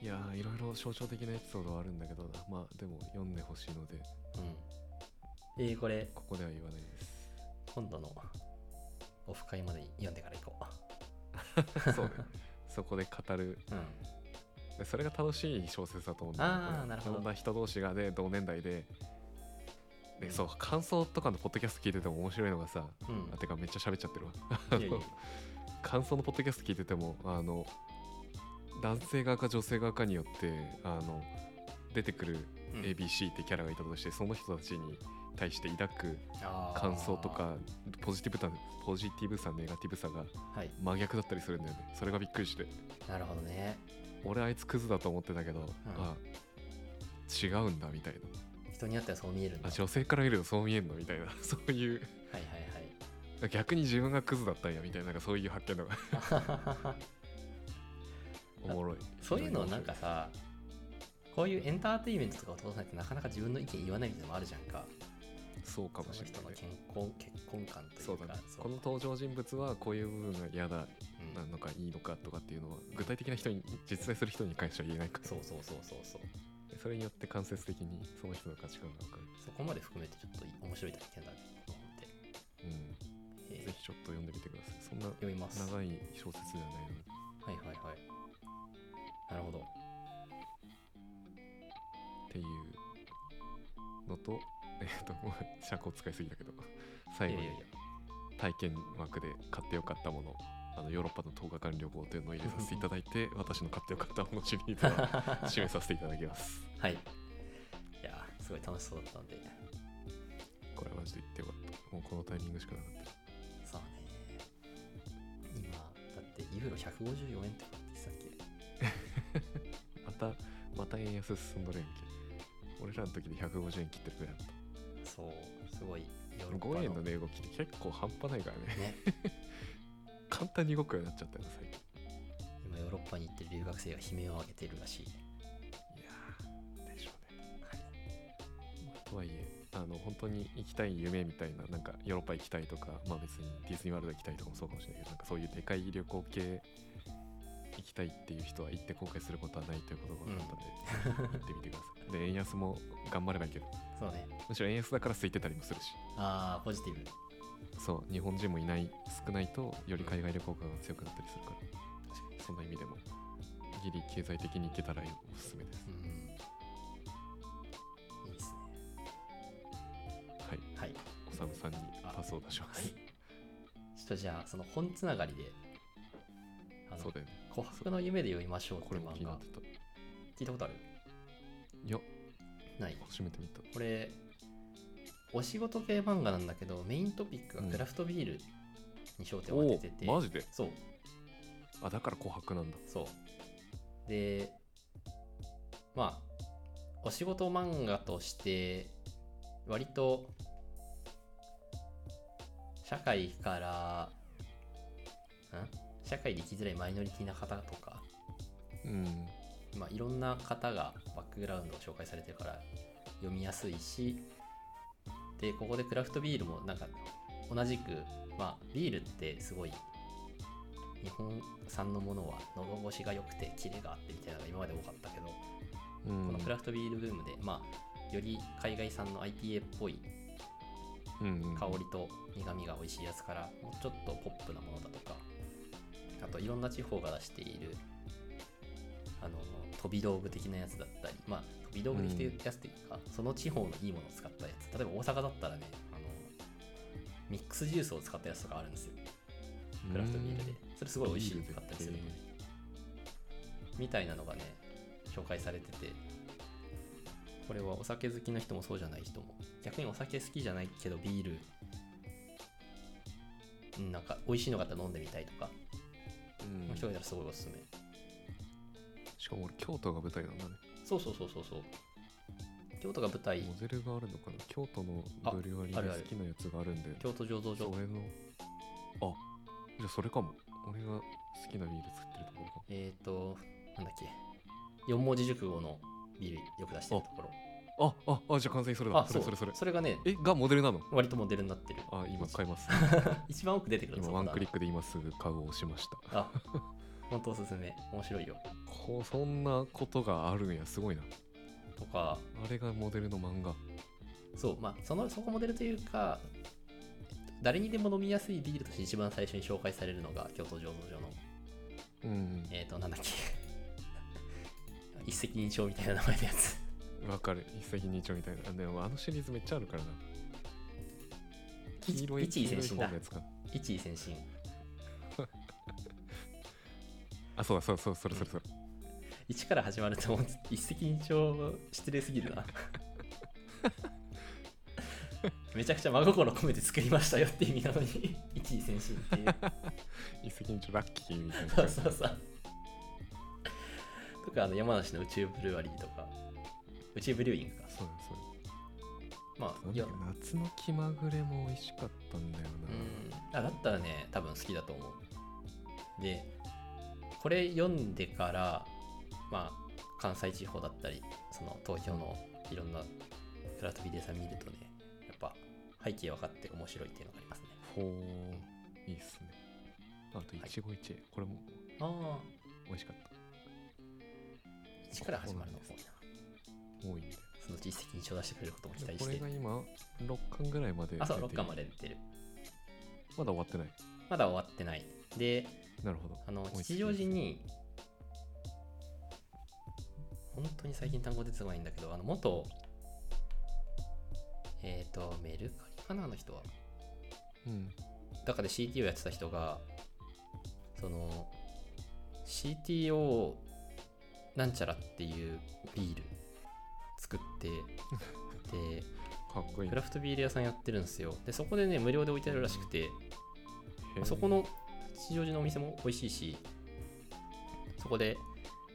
Speaker 2: いやーいろいろ象徴的なエピソードはあるんだけどなまあでも読んでほしいので
Speaker 1: うんえーこれ
Speaker 2: ここでは言わないです
Speaker 1: 今度のオフ会まで読んでから行こ
Speaker 2: そうねそこで語る
Speaker 1: う、うん、
Speaker 2: でそれが楽しい小説だと思うんだよね
Speaker 1: あー
Speaker 2: これ
Speaker 1: なるほど
Speaker 2: いろんな人同士がで同年代で
Speaker 1: う
Speaker 2: で
Speaker 1: ん
Speaker 2: そう感想とかのポッドキャスト聞いてても面白いのがさ、
Speaker 1: うん
Speaker 2: あてかめっちゃ喋っちゃってるわ
Speaker 1: いやいや
Speaker 2: 感想のポッドキャスト聞いててもあの男性側か女性側かによってあの出てくる
Speaker 1: うん
Speaker 2: ABC ってキャラがいたとして、その人たちに対して抱く
Speaker 1: あー
Speaker 2: 感想とかポジティブさポジティブさネガティブさが
Speaker 1: はい
Speaker 2: 真逆だったりするんだよねそれがびっくりして
Speaker 1: なるほどね
Speaker 2: 俺あいつクズだと思ってたけど、あ違うんだみたいな
Speaker 1: 人によってはそう見えるんだ
Speaker 2: あ女性から見るとそう見えるのみたいな そういう
Speaker 1: はいはいはい
Speaker 2: 逆に自分がクズだったんやみたいななんかそういう発見のがおもろい
Speaker 1: そういうのなんかさこういうエンターテインメントとかを通さないとなかなか自分の意見言わないみたいなのもあるじゃんか
Speaker 2: そうかもしれ
Speaker 1: そ
Speaker 2: な
Speaker 1: の
Speaker 2: い
Speaker 1: 人の健康結婚観というか
Speaker 2: そうだね
Speaker 1: そう
Speaker 2: この登場人物はこういう部分が嫌だ
Speaker 1: うん
Speaker 2: なのかいいのかとかっていうのは具体的な人に実在する人に関しては言えないから
Speaker 1: そうそうそうそうそう
Speaker 2: それによって間接的にその人の価値観が分かる、
Speaker 1: そこまで含めてちょっと面白い体験だなと思って、
Speaker 2: うん、
Speaker 1: えー
Speaker 2: ぜひちょっと読んでみてくださいそんな
Speaker 1: 読みますは
Speaker 2: 長い小説ではないので
Speaker 1: いはいはいなるほど
Speaker 2: っていうのと、えっと、 もう尺を使いすぎたけど、最
Speaker 1: い
Speaker 2: 後
Speaker 1: やい
Speaker 2: に
Speaker 1: やい や
Speaker 2: 体験枠で買ってよかったもの、あのヨーロッパの10日間旅行というのを入れさせていただ いて、私の買ってよかったものシリーズを締めさせていただきます。
Speaker 1: はいいやーすごい楽しそうだったんで
Speaker 2: これはマジで言ってよかった。もうこのタイミングしかなかった。
Speaker 1: そうね今だってユーロ154円とかってさっき
Speaker 2: また、また円安進んどるやんけ。俺らの時で150円切ってるくらいだっ
Speaker 1: そうすごいヨー
Speaker 2: た。
Speaker 1: ロッパの
Speaker 2: 5円の値動きって結構半端ないからね。
Speaker 1: ね
Speaker 2: 簡単に動くようになっちゃったよな、最近。
Speaker 1: 今ヨーロッパに行ってる留学生が悲鳴を上げてるらしい、
Speaker 2: いやーでしょうね。とはいえあの本当に行きたい夢みたいななんかヨーロッパ行きたいとか、まあ、別にディズニーワールド行きたいとかもそうかもしれないけどなんかそういうでかい旅行系行きたいっていう人は行って後悔することはないということが分かったので、行ってみてください。で円安も頑張ればいいけど
Speaker 1: そうね
Speaker 2: むしろ円安だから空いてたりもするし
Speaker 1: ああポジティブ
Speaker 2: そう日本人もいない少ないとより海外旅行感が強くなったりするから
Speaker 1: 確かに
Speaker 2: そんな意味でもギリ経済的に行けたらおすすめです。
Speaker 1: うんいいですね
Speaker 2: はい、
Speaker 1: はい
Speaker 2: おさむさんにパスを出しま
Speaker 1: はい。
Speaker 2: す
Speaker 1: ち。ょっとじゃあ、その本つながりで、あ
Speaker 2: そう
Speaker 1: の、
Speaker 2: だよね
Speaker 1: 琥珀の夢で読みましょうって
Speaker 2: これも気
Speaker 1: 漫
Speaker 2: にな
Speaker 1: 画
Speaker 2: っ、てた。
Speaker 1: 聞いたことある
Speaker 2: いや
Speaker 1: ない。
Speaker 2: 初めて見た。
Speaker 1: これ、お仕事系漫画なんだけど、メイントピックがクラフトビールに焦点を当ててて、
Speaker 2: マジで
Speaker 1: そう、
Speaker 2: あだから琥珀なんだ
Speaker 1: そう。で、まあ、お仕事漫画として、割と、社会から、ん社会で生きづらいマイノリティな方とか、
Speaker 2: うん
Speaker 1: まあ、いろんな方がバックグラウンドを紹介されてるから読みやすいしでここでクラフトビールもなんか同じく、まあ、ビールってすごい日本産のものは喉越しが良くてキレがあってみたいなのが今まで多かったけど、
Speaker 2: うん
Speaker 1: このクラフトビールブームで、まあ、より海外産の IPA っぽい
Speaker 2: うん
Speaker 1: 香りと苦みが美味しいやつからもうちょっとポップなものだとかあといろんな地方が出しているあの飛び道具的なやつだったりまあ飛び道具的なやつっていうか、その地方のいいものを使ったやつ例えば大阪だったらねあのミックスジュースを使ったやつとかあるんですよクラフトビールでそれすごい美味しかったりするのねみたいなのがね紹介されててこれはお酒好きの人もそうじゃない人も逆にお酒好きじゃないけどビールうんなんか美味しいのがあったら飲んでみたいとか、
Speaker 2: うん
Speaker 1: まあ人がいたらすごいおすすめ
Speaker 2: しかも俺京都が舞台なんだね
Speaker 1: そうそうそうそうそう京都が舞台
Speaker 2: モデルがあるのかな京都の
Speaker 1: あ
Speaker 2: ブリュワリ
Speaker 1: あ
Speaker 2: ー
Speaker 1: る
Speaker 2: が
Speaker 1: あ
Speaker 2: 好
Speaker 1: る
Speaker 2: きなやつがあるんで
Speaker 1: 京都醸造所
Speaker 2: 俺のあじゃあそれかも俺が好きなビール作ってるところかも
Speaker 1: えっ、ー、となんだっけ四文字熟語のビールよく出してるところ
Speaker 2: あああじゃあ完全にそれだそれ
Speaker 1: う
Speaker 2: それそれ
Speaker 1: それがね
Speaker 2: えがモデルなの
Speaker 1: 割とモデルになってる
Speaker 2: あ今買います
Speaker 1: 一番奥出てくる
Speaker 2: 今
Speaker 1: そこ
Speaker 2: ワ
Speaker 1: だ
Speaker 2: ンクリックで今すぐ買うを押しました
Speaker 1: あ本当おすすめ面白いよ
Speaker 2: こうそんなことがあるんやすごいな
Speaker 1: とか
Speaker 2: あれがモデルの漫画
Speaker 1: そうまあそのそこモデルというか誰にでも飲みやすいビールとして一番最初に紹介されるのが京都醸造所の
Speaker 2: うん
Speaker 1: えっ、ー、となんだっけ 一石二鳥みたいな名前のやつ
Speaker 2: わかる一石二鳥みたいなあでもあのシリーズめっちゃあるからな黄
Speaker 1: 一
Speaker 2: 色い黄
Speaker 1: 一位
Speaker 2: 色
Speaker 1: 先
Speaker 2: い方
Speaker 1: 進
Speaker 2: の
Speaker 1: だ
Speaker 2: やつか
Speaker 1: 一位先進
Speaker 2: あそうだそうだそうだそれそれそれ
Speaker 1: 一から始まると思う一石二鳥失礼すぎる なめちゃくちゃ真心込めて作りましたよって意味なのに一位先進っていう
Speaker 2: 一石二鳥ラッキーみたいな
Speaker 1: そうそうそう。とか、あの山梨の宇宙ブルワリーとか、宇宙ブリューイングか。
Speaker 2: そうだそうだ
Speaker 1: ま
Speaker 2: な
Speaker 1: あ、
Speaker 2: ん
Speaker 1: い
Speaker 2: だ
Speaker 1: や、
Speaker 2: っ
Speaker 1: う
Speaker 2: け夏の気まぐれも美味しかったんだよ
Speaker 1: んあ。だったらね、多分好きだと思う。で、これ読んでから、まあ、関西地方だったり、その東京のいろんなクラフトビデオ屋さん見るとね、やっぱ背景分かって面白いっていうのがありますね。
Speaker 2: な、ほういいっすねあと一期一会これも
Speaker 1: あ
Speaker 2: 美味しかっ
Speaker 1: あ、
Speaker 2: た
Speaker 1: 1から始まるのが多いな。
Speaker 2: 多いんで
Speaker 1: そのうち一石二鳥出してくれることも期
Speaker 2: で
Speaker 1: 待
Speaker 2: こ
Speaker 1: し
Speaker 2: れ
Speaker 1: て
Speaker 2: が。今6巻ぐらいまで
Speaker 1: あ、そう、
Speaker 2: 出て
Speaker 1: 6巻まで出てる。
Speaker 2: まだ終わってない
Speaker 1: まだ終わってない。で、
Speaker 2: なるほど
Speaker 1: あの
Speaker 2: 追いつき
Speaker 1: 吉祥寺に本当に最近単語出てこないんだけどあの元えっ、とメルカリかなあの人は
Speaker 2: うん
Speaker 1: だから CTO やってた人がその CTO なんちゃらっていうビール作ってで
Speaker 2: かっこいい
Speaker 1: ク
Speaker 2: ね
Speaker 1: ラフトビール屋さんやってるんですよでそこでね無料で置いてあるらしくて
Speaker 2: へー
Speaker 1: そこの吉祥寺のお店も美味しいし、そこで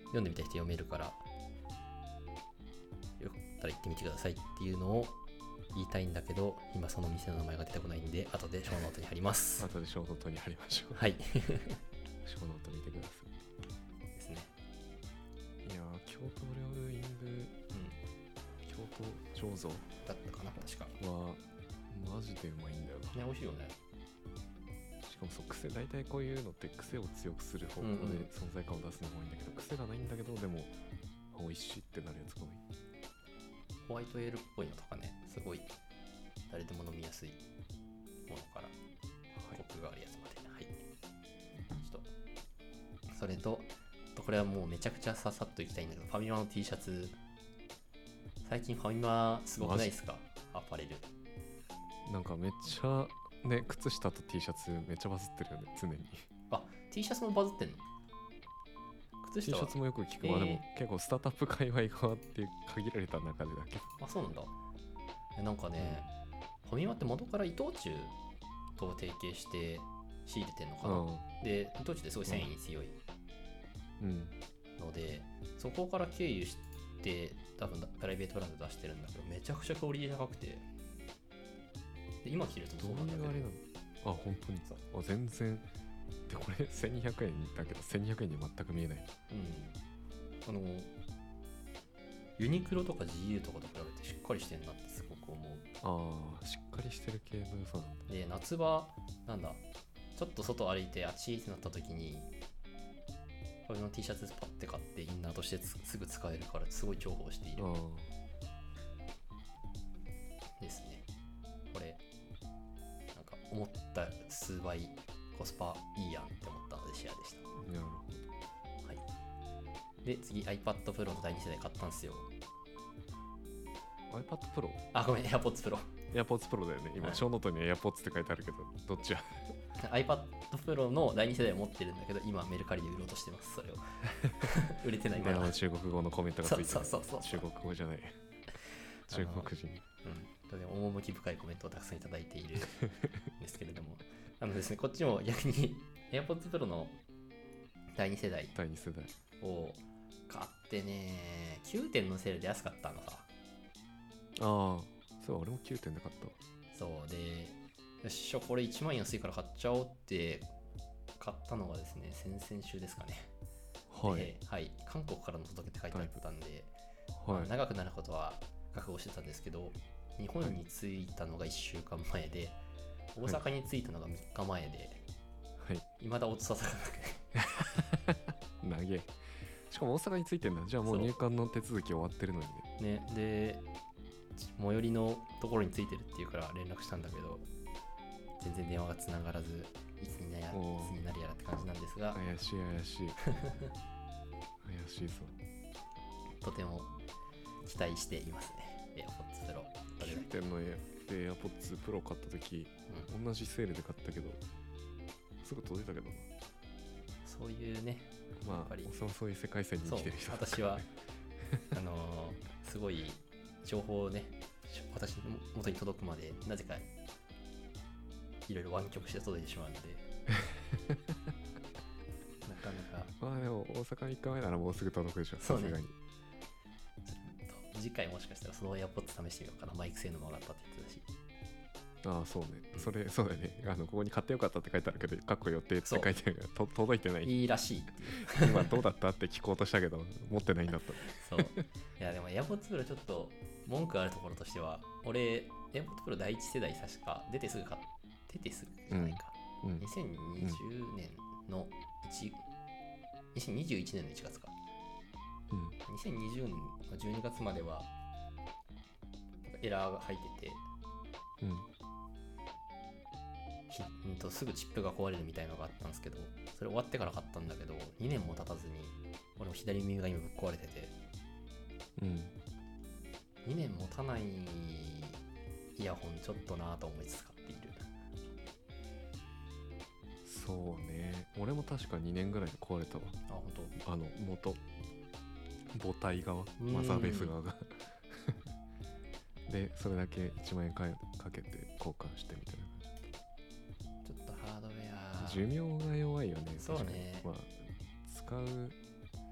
Speaker 1: 読んでみたい人読めるから、よかったら行ってみてくださいっていうのを言いたいんだけど、今その店の名前が出てこないんで、後で小ノートに貼り ます。
Speaker 2: 後でショーノートに貼りましょう
Speaker 1: はい。で
Speaker 2: ショーノート見てください
Speaker 1: すね。
Speaker 2: いやー京都ブルーイン
Speaker 1: う
Speaker 2: グ
Speaker 1: ん。
Speaker 2: 京都醸造
Speaker 1: だったかな、確か。ね、
Speaker 2: はマジでうまいんだよな
Speaker 1: 美味しいよね。
Speaker 2: しかもそう癖大体こういうのって癖を強くする方向
Speaker 1: うんうん
Speaker 2: で存在感を出すのが多いんだけど、癖がないんだけどでもあ美味しいってなるやつが多い
Speaker 1: ホワイトエールっぽいのとかね、すごい、誰でも飲みやすいものから、コクがあるやつまで。はい。ちょっと、それと、あとこれはもうめちゃくちゃささっといきたいんだけど、ファミマの T シャツ、最近ファミマすごくないですかアパレル。
Speaker 2: はい、なんかめっちゃね靴下と T シャツめっちゃバズってるよね常に
Speaker 1: あ、T シャツもバズってんの靴
Speaker 2: T シ
Speaker 1: 下は
Speaker 2: ャツもよく聞くわ、で
Speaker 1: え
Speaker 2: も結構スタートアップ界隈側っていう限られた中でだけど
Speaker 1: あ、そうなんだ。えなんかね、ファミマって元から伊藤忠と提携して仕入れてんのかな、で、伊藤忠ってすごい繊維に強い
Speaker 2: うん、うん、
Speaker 1: のでそこから経由して多分プライベートブランド出してるんだけどめちゃくちゃクオリティ高くてで今着てると
Speaker 2: ど
Speaker 1: そううなんだ
Speaker 2: い
Speaker 1: け
Speaker 2: う
Speaker 1: ど
Speaker 2: あれなのあ本当に
Speaker 1: そう
Speaker 2: あ全然でこれ1200円だけど1200円には全く見えない
Speaker 1: うんあのユニクロとか GU とかと比べてしっかりしてんなってすごく思う
Speaker 2: あーしっかりしてる系の良さなんだ
Speaker 1: で夏場なんだちょっと外歩いてあっちってなった時にこれの T シャツパッて買ってインナーとしてつすぐ使えるからすごい重宝している
Speaker 2: あー
Speaker 1: ですね。これ、なんか思った数倍コスパいいやんって思ったのでシェアでし
Speaker 2: なるほ
Speaker 1: た。はい。で、次 iPad Pro の第2世代買ったんですよ。
Speaker 2: ど iPad Pro
Speaker 1: あ、ごめん、AirPods Pro。
Speaker 2: AirPods Pro だよね。今、
Speaker 1: はい
Speaker 2: 小ノートに AirPods って書いてあるけど、どっちや
Speaker 1: iPad Pro の第2世代を持ってるんだけど、今メルカリで売ろうとしてます、それを。 売れてない、ま
Speaker 2: ねあ
Speaker 1: だ。う
Speaker 2: の
Speaker 1: ん。
Speaker 2: 中国語のコメントがついてる。
Speaker 1: そうそうそうそう
Speaker 2: 中国語じゃない。中国人。
Speaker 1: とても趣深いコメントをたくさんいただいているんですけれども、あのですね、こっちも逆に AirPods Pro の第2世代
Speaker 2: 第2世代
Speaker 1: を買ってね、9点のセールで安かったのさ。
Speaker 2: ああそう俺も9点で買ったわ
Speaker 1: そうで、よっしょ、これ1万円安いから買っちゃおうって買ったのがですね、先々週ですかね。
Speaker 2: はい、
Speaker 1: ではい、韓国からの届けって書いてあったんで、
Speaker 2: はい
Speaker 1: 長くなることは覚悟してたんですけど、日本に着いたのが1週間前で、大阪に着いたのが3日前で、
Speaker 2: はい
Speaker 1: まだ落とささがなくて。
Speaker 2: 長えしかも大阪についてんだじゃあもう
Speaker 1: そう
Speaker 2: 入管の手続き終わってるのにね
Speaker 1: ねで最寄りのところについてるっていうから連絡したんだけど全然電話がつながらずいつになやい
Speaker 2: おー
Speaker 1: つになるやらって感じなんですが
Speaker 2: 怪しい怪 しい怪しいぞ
Speaker 1: とても期待していますね AirPods Pro どれだ
Speaker 2: 9
Speaker 1: け
Speaker 2: 点の Air- AirPods Pro 買った時
Speaker 1: うん
Speaker 2: 同じセールで買ったけどすぐ届いたけどな
Speaker 1: そういうねや
Speaker 2: ま
Speaker 1: っぱり
Speaker 2: あそういう世界線に
Speaker 1: そ
Speaker 2: 生
Speaker 1: う
Speaker 2: きてる人だから
Speaker 1: 私はあのーすごい情報をねし私の元に届くまでなぜかいろいろ湾曲して届いてし まうのでなかなか
Speaker 2: まあでも大阪3日前ならもうすぐ届くでしょ
Speaker 1: そ
Speaker 2: さ
Speaker 1: うね
Speaker 2: すがに
Speaker 1: 次回もしかしたらその AirPods 試してみようかなマイク性能も上がったって言ってたし
Speaker 2: ああそうねそれそうだねあのここに買ってよかったって書いてあるけどかっこ予定って書いてあるからと届いてない
Speaker 1: いいらしいっていう
Speaker 2: 今どうだったって聞こうとしたけど持ってないんだった
Speaker 1: そういやでも AirPods Pro ちょっと文句あるところとしては俺 AirPods Pro 第一世代確か出てすぐ買っ出てすぐじゃないか、
Speaker 2: うん
Speaker 1: 2020年の1 2021年の1月か
Speaker 2: うん
Speaker 1: 2020年の12月まではエラーが入ってて
Speaker 2: うん
Speaker 1: ひうんとすぐチップが壊れるみたいのがあったんですけどそれ終わってから買ったんだけど2年も経たずに俺も左耳が今ぶっ壊れてて
Speaker 2: うん
Speaker 1: 2年持たないイヤホンちょっとなぁと思いつつ買っている
Speaker 2: そうね俺も確か2年ぐらいで壊れたわ
Speaker 1: あ本当。
Speaker 2: あの元母体側
Speaker 1: ん
Speaker 2: マザーベース側が でそれだけ1万円かかけて交換してみたいな感
Speaker 1: ちょっとハードウェア
Speaker 2: じ寿命が弱いよね
Speaker 1: そうね
Speaker 2: 確かにまあ使う
Speaker 1: ま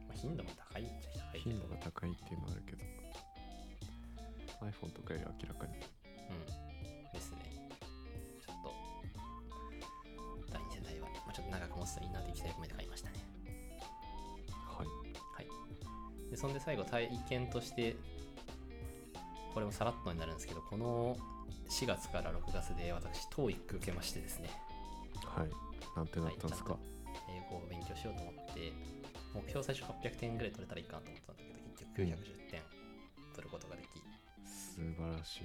Speaker 1: あ頻度も高いっちゃ高いけ
Speaker 2: 頻
Speaker 1: ど
Speaker 2: 度が高いっていうのはあるけど iPhone とかより明らかに
Speaker 1: うんですねちょっと第2世代は、まあ、ちょっと長く持つといいなって期待を込めて買いましたね
Speaker 2: はい
Speaker 1: はい、でそんで最後体験としてこれもさらっとになるんですけどこの4月から6月で私 TOEIC 受けましてですね
Speaker 2: はいなんてなったんですか、
Speaker 1: は英語を勉強しようと思って目標最初800点ぐらい取れたらいいかなと思ってたんだけど結局910点取ることができ
Speaker 2: 素晴らしい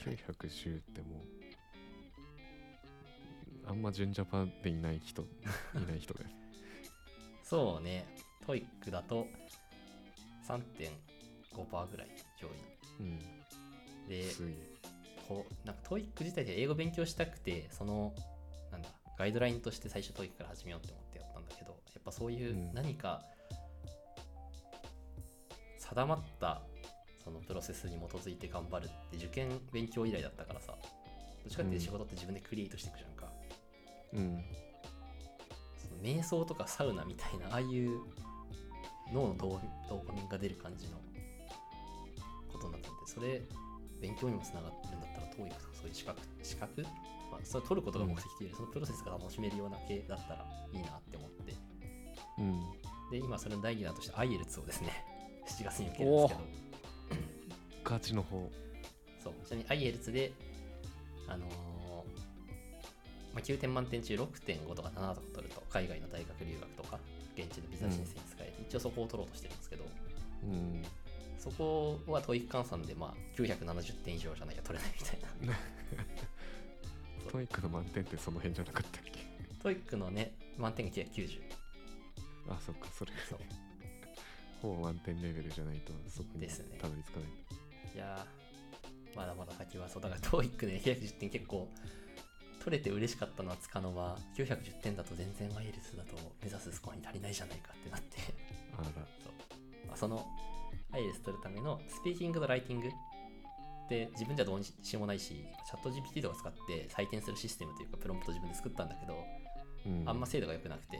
Speaker 2: 910ってもうあんま純ジャパンでいない 人いない人です
Speaker 1: そうね TOEIC だと3.5%ぐらい上
Speaker 2: うん
Speaker 1: 位です
Speaker 2: げえ
Speaker 1: こうなんか TOEIC 自体で英語勉強したくてそのなんだガイドラインとして最初 TOEIC から始めようって思ってやったんだけどやっぱそういう
Speaker 2: うん
Speaker 1: 何か定まったそのプロセスに基づいて頑張るって受験勉強以来だったからさどっちかっていうと仕事って自分でクリエイトしていくじゃんか、
Speaker 2: うん
Speaker 1: その瞑想とかサウナみたいなああいう脳のドードーパミンが出る感じのことになったんでそれ勉強にもつながってるんだったら TOEIC とかそういう資格資格、まあ、それは取ることが目的というよりそのプロセスが楽しめるような系だったらいいなって思って
Speaker 2: うん
Speaker 1: で今それの第2弾として IELTS をですね 7月に受けるんですけど
Speaker 2: ガチの方
Speaker 1: そうちなみに IELTS であのーまあ、9点満点中6.5とか7とか取ると海外の大学留学とか現地のビザ申請に使えて、一応そこを取ろうとしてるんですけど
Speaker 2: うん
Speaker 1: そこは TOEIC 換算でまあ970点以上じゃなきゃ取れないみたいな
Speaker 2: トイックの満点ってその辺じゃなかったっけ
Speaker 1: TOEIC のね満点が990
Speaker 2: あそっかそれ
Speaker 1: そう
Speaker 2: ほぼ満点レベルじゃないとそこに
Speaker 1: ですね
Speaker 2: たどり着かない、
Speaker 1: いやーまだまだ先はそうだから TOEIC ね910点結構取れて嬉しかったのはつかの間910点だと全然 IELTS だと目指すスコアに足りないじゃないかってなって
Speaker 2: あら
Speaker 1: まあその IELTS 取るためのスピーキングとライティングって自分じゃどうにしようもないしチャット GPT とか使って採点するシステムというかプロンプト自分で作ったんだけど
Speaker 2: うん、
Speaker 1: あんま精度が良くなくて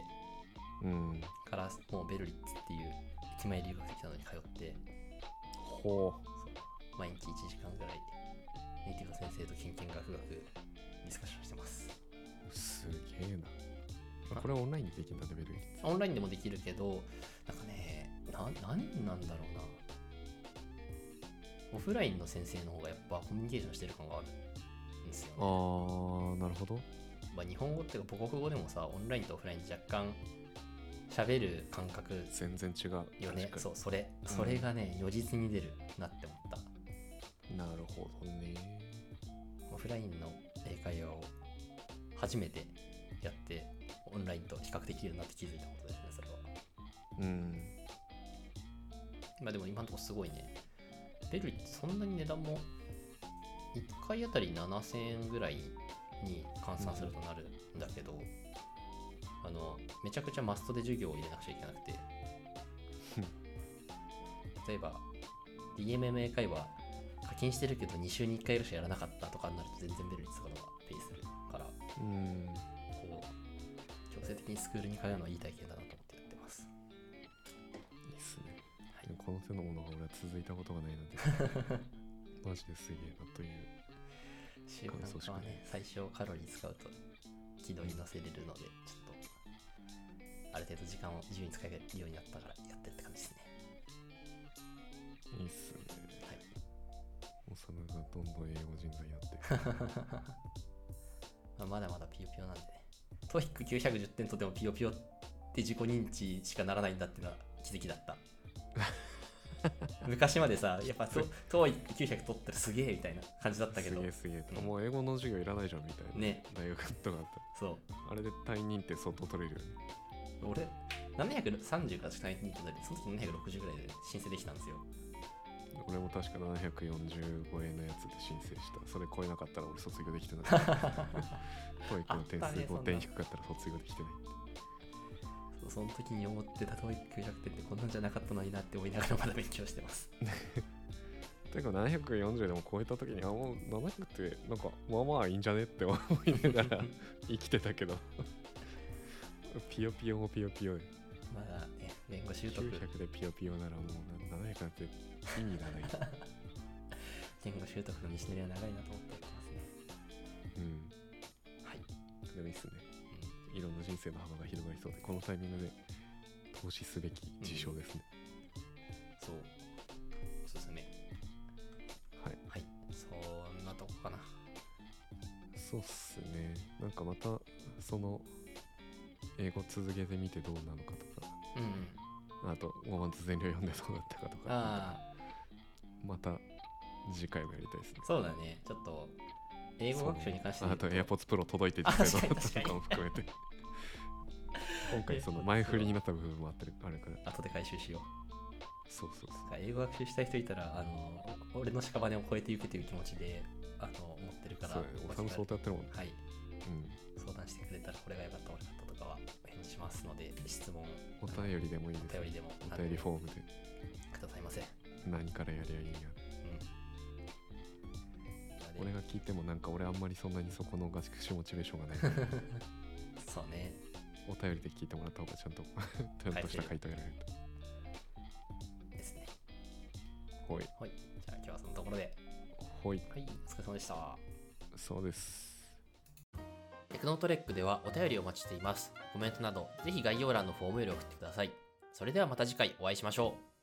Speaker 2: うん
Speaker 1: からもうベルリッツっていう駅前留学的なのに通って
Speaker 2: ほ
Speaker 1: そう毎日1時間ぐらいネイティブ先生とキンキン学学ディスカッションしてます
Speaker 2: うすげえなあこれはオンラインでできるんだレベル
Speaker 1: オンラインでもできるけどなんかねな何なんだろうなオフラインの先生の方がやっぱコミュニケーションしてる感があるんですよね
Speaker 2: あーなるほど
Speaker 1: まあ、日本語っていうか母国語でもさオンラインとオフラインで若干喋る感覚
Speaker 2: 全然違う
Speaker 1: よね
Speaker 2: 確かに
Speaker 1: そうそれ
Speaker 2: ん
Speaker 1: それがね如実に出るなって思った、
Speaker 2: なるほどね
Speaker 1: オフラインの英会話を初めてやってオンラインと比較できるようになって気づいたことですねそれは
Speaker 2: うん
Speaker 1: まあでも今のところすごいねベルリってそんなに値段も1回あたり7000円ぐらいに換算するとなるんだけど、あのめちゃくちゃマストで授業を入れなくちゃいけなくて例えば DMMA 会話課金してるけど2週に1回ぐらいしかやらなかったとかになると全然ベルリッツとかの方がペイするから
Speaker 2: うん
Speaker 1: こう強制的にスクールに通うのはいい体験だなと思ってやってます
Speaker 2: いいっすね
Speaker 1: はい
Speaker 2: でもこの手のものが俺は続いたことがないなんて マジですげえなという
Speaker 1: 習慣化はね最小カロリー使うと軌道に乗せれるのでちょっとある程度時間を自由に使えるようになったからやってるって感 じですね
Speaker 2: いいっすね
Speaker 1: はい
Speaker 2: おさむがどんどん英語人材になって
Speaker 1: まあまだまだピヨピヨなんでね TOEIC910 点とでもピヨピヨって自己認知しかならないんだっていうのは奇跡だった昔までさやっぱ と TOEIC900 取ったらすげえみたいな感じだったけど
Speaker 2: すげえすげえ、
Speaker 1: うん
Speaker 2: もう英語の授業いらないじゃんみたいな、
Speaker 1: ね
Speaker 2: 大学とかあっ
Speaker 1: そう
Speaker 2: たあれで退任って相当取れるよね
Speaker 1: 俺730からしかないって言ってたりその時760ぐらいで申請できたんですよ
Speaker 2: 俺も確か745円のやつで申請したそれ超えなかったら俺卒業でき てないトイックの点
Speaker 1: あったね
Speaker 2: 数
Speaker 1: そんな
Speaker 2: 5点低かったら卒業できてない
Speaker 1: そうその時に思ってた TOEIC900 点ってこんなんじゃなかったのになって思いながらまだ勉強してます
Speaker 2: というか740でも超えた時にあもう700ってなんかまあまあいいんじゃねって思いながら生きて たけどピヨピヨもピヨピヨで
Speaker 1: まだね言語習得
Speaker 2: 900でピヨピヨならもうな700なんて意味がない、
Speaker 1: 言語習得の道のりは長いなと思ってやってますね
Speaker 2: うん、
Speaker 1: はい、
Speaker 2: でもいいっすね
Speaker 1: う
Speaker 2: いろんな人生の幅が広がりそうでこのタイミングで投資すべき事象ですね、
Speaker 1: ん、そうおすすめ
Speaker 2: はい
Speaker 1: はいそんなとこかな
Speaker 2: そうっすねなんかまたその英語続けてみてどうなのかと
Speaker 1: うんうん
Speaker 2: かあと5万つ全量読んでどうだったかとか
Speaker 1: ああ
Speaker 2: また次回もやりたいですね
Speaker 1: そうだねちょっと英語学習に関して
Speaker 2: そうあと AirPods Pro 届いて
Speaker 1: あ確
Speaker 2: 次回の
Speaker 1: かに確かに
Speaker 2: とかも 含めて今回その前振りになった部分もあってるあるから
Speaker 1: 後で回収しよう
Speaker 2: そうそうそう
Speaker 1: 英語学習したい人いたらあのお俺の屍を超えていくという気持ちであの思ってるから
Speaker 2: そうおさむ相当やってるもんね
Speaker 1: はい
Speaker 2: うん
Speaker 1: 相談してくれたらこれが良かった悪かったとかはお返事しますので質問
Speaker 2: お便りでもいいです
Speaker 1: お便りでも
Speaker 2: お便りフォームで
Speaker 1: あのくださいませ、うん、
Speaker 2: 何からやりゃいいんや
Speaker 1: な
Speaker 2: 俺
Speaker 1: ので
Speaker 2: が聞いてもなんか俺あんまりそんなにそこの合宿しモチベーションがな いから
Speaker 1: そうね
Speaker 2: お便りで聞いてもらった方がちゃんと ちゃんとした回答やられる
Speaker 1: ですね
Speaker 2: と。はい。
Speaker 1: はいじゃあ今日はそのところで
Speaker 2: は
Speaker 1: は
Speaker 2: い。
Speaker 1: いお疲れ様でした
Speaker 2: そうです。
Speaker 1: テクノトレックではお便りをお待ちしていますコメントなどぜひ概要欄のフォームより送ってくださいそれではまた次回お会いしましょう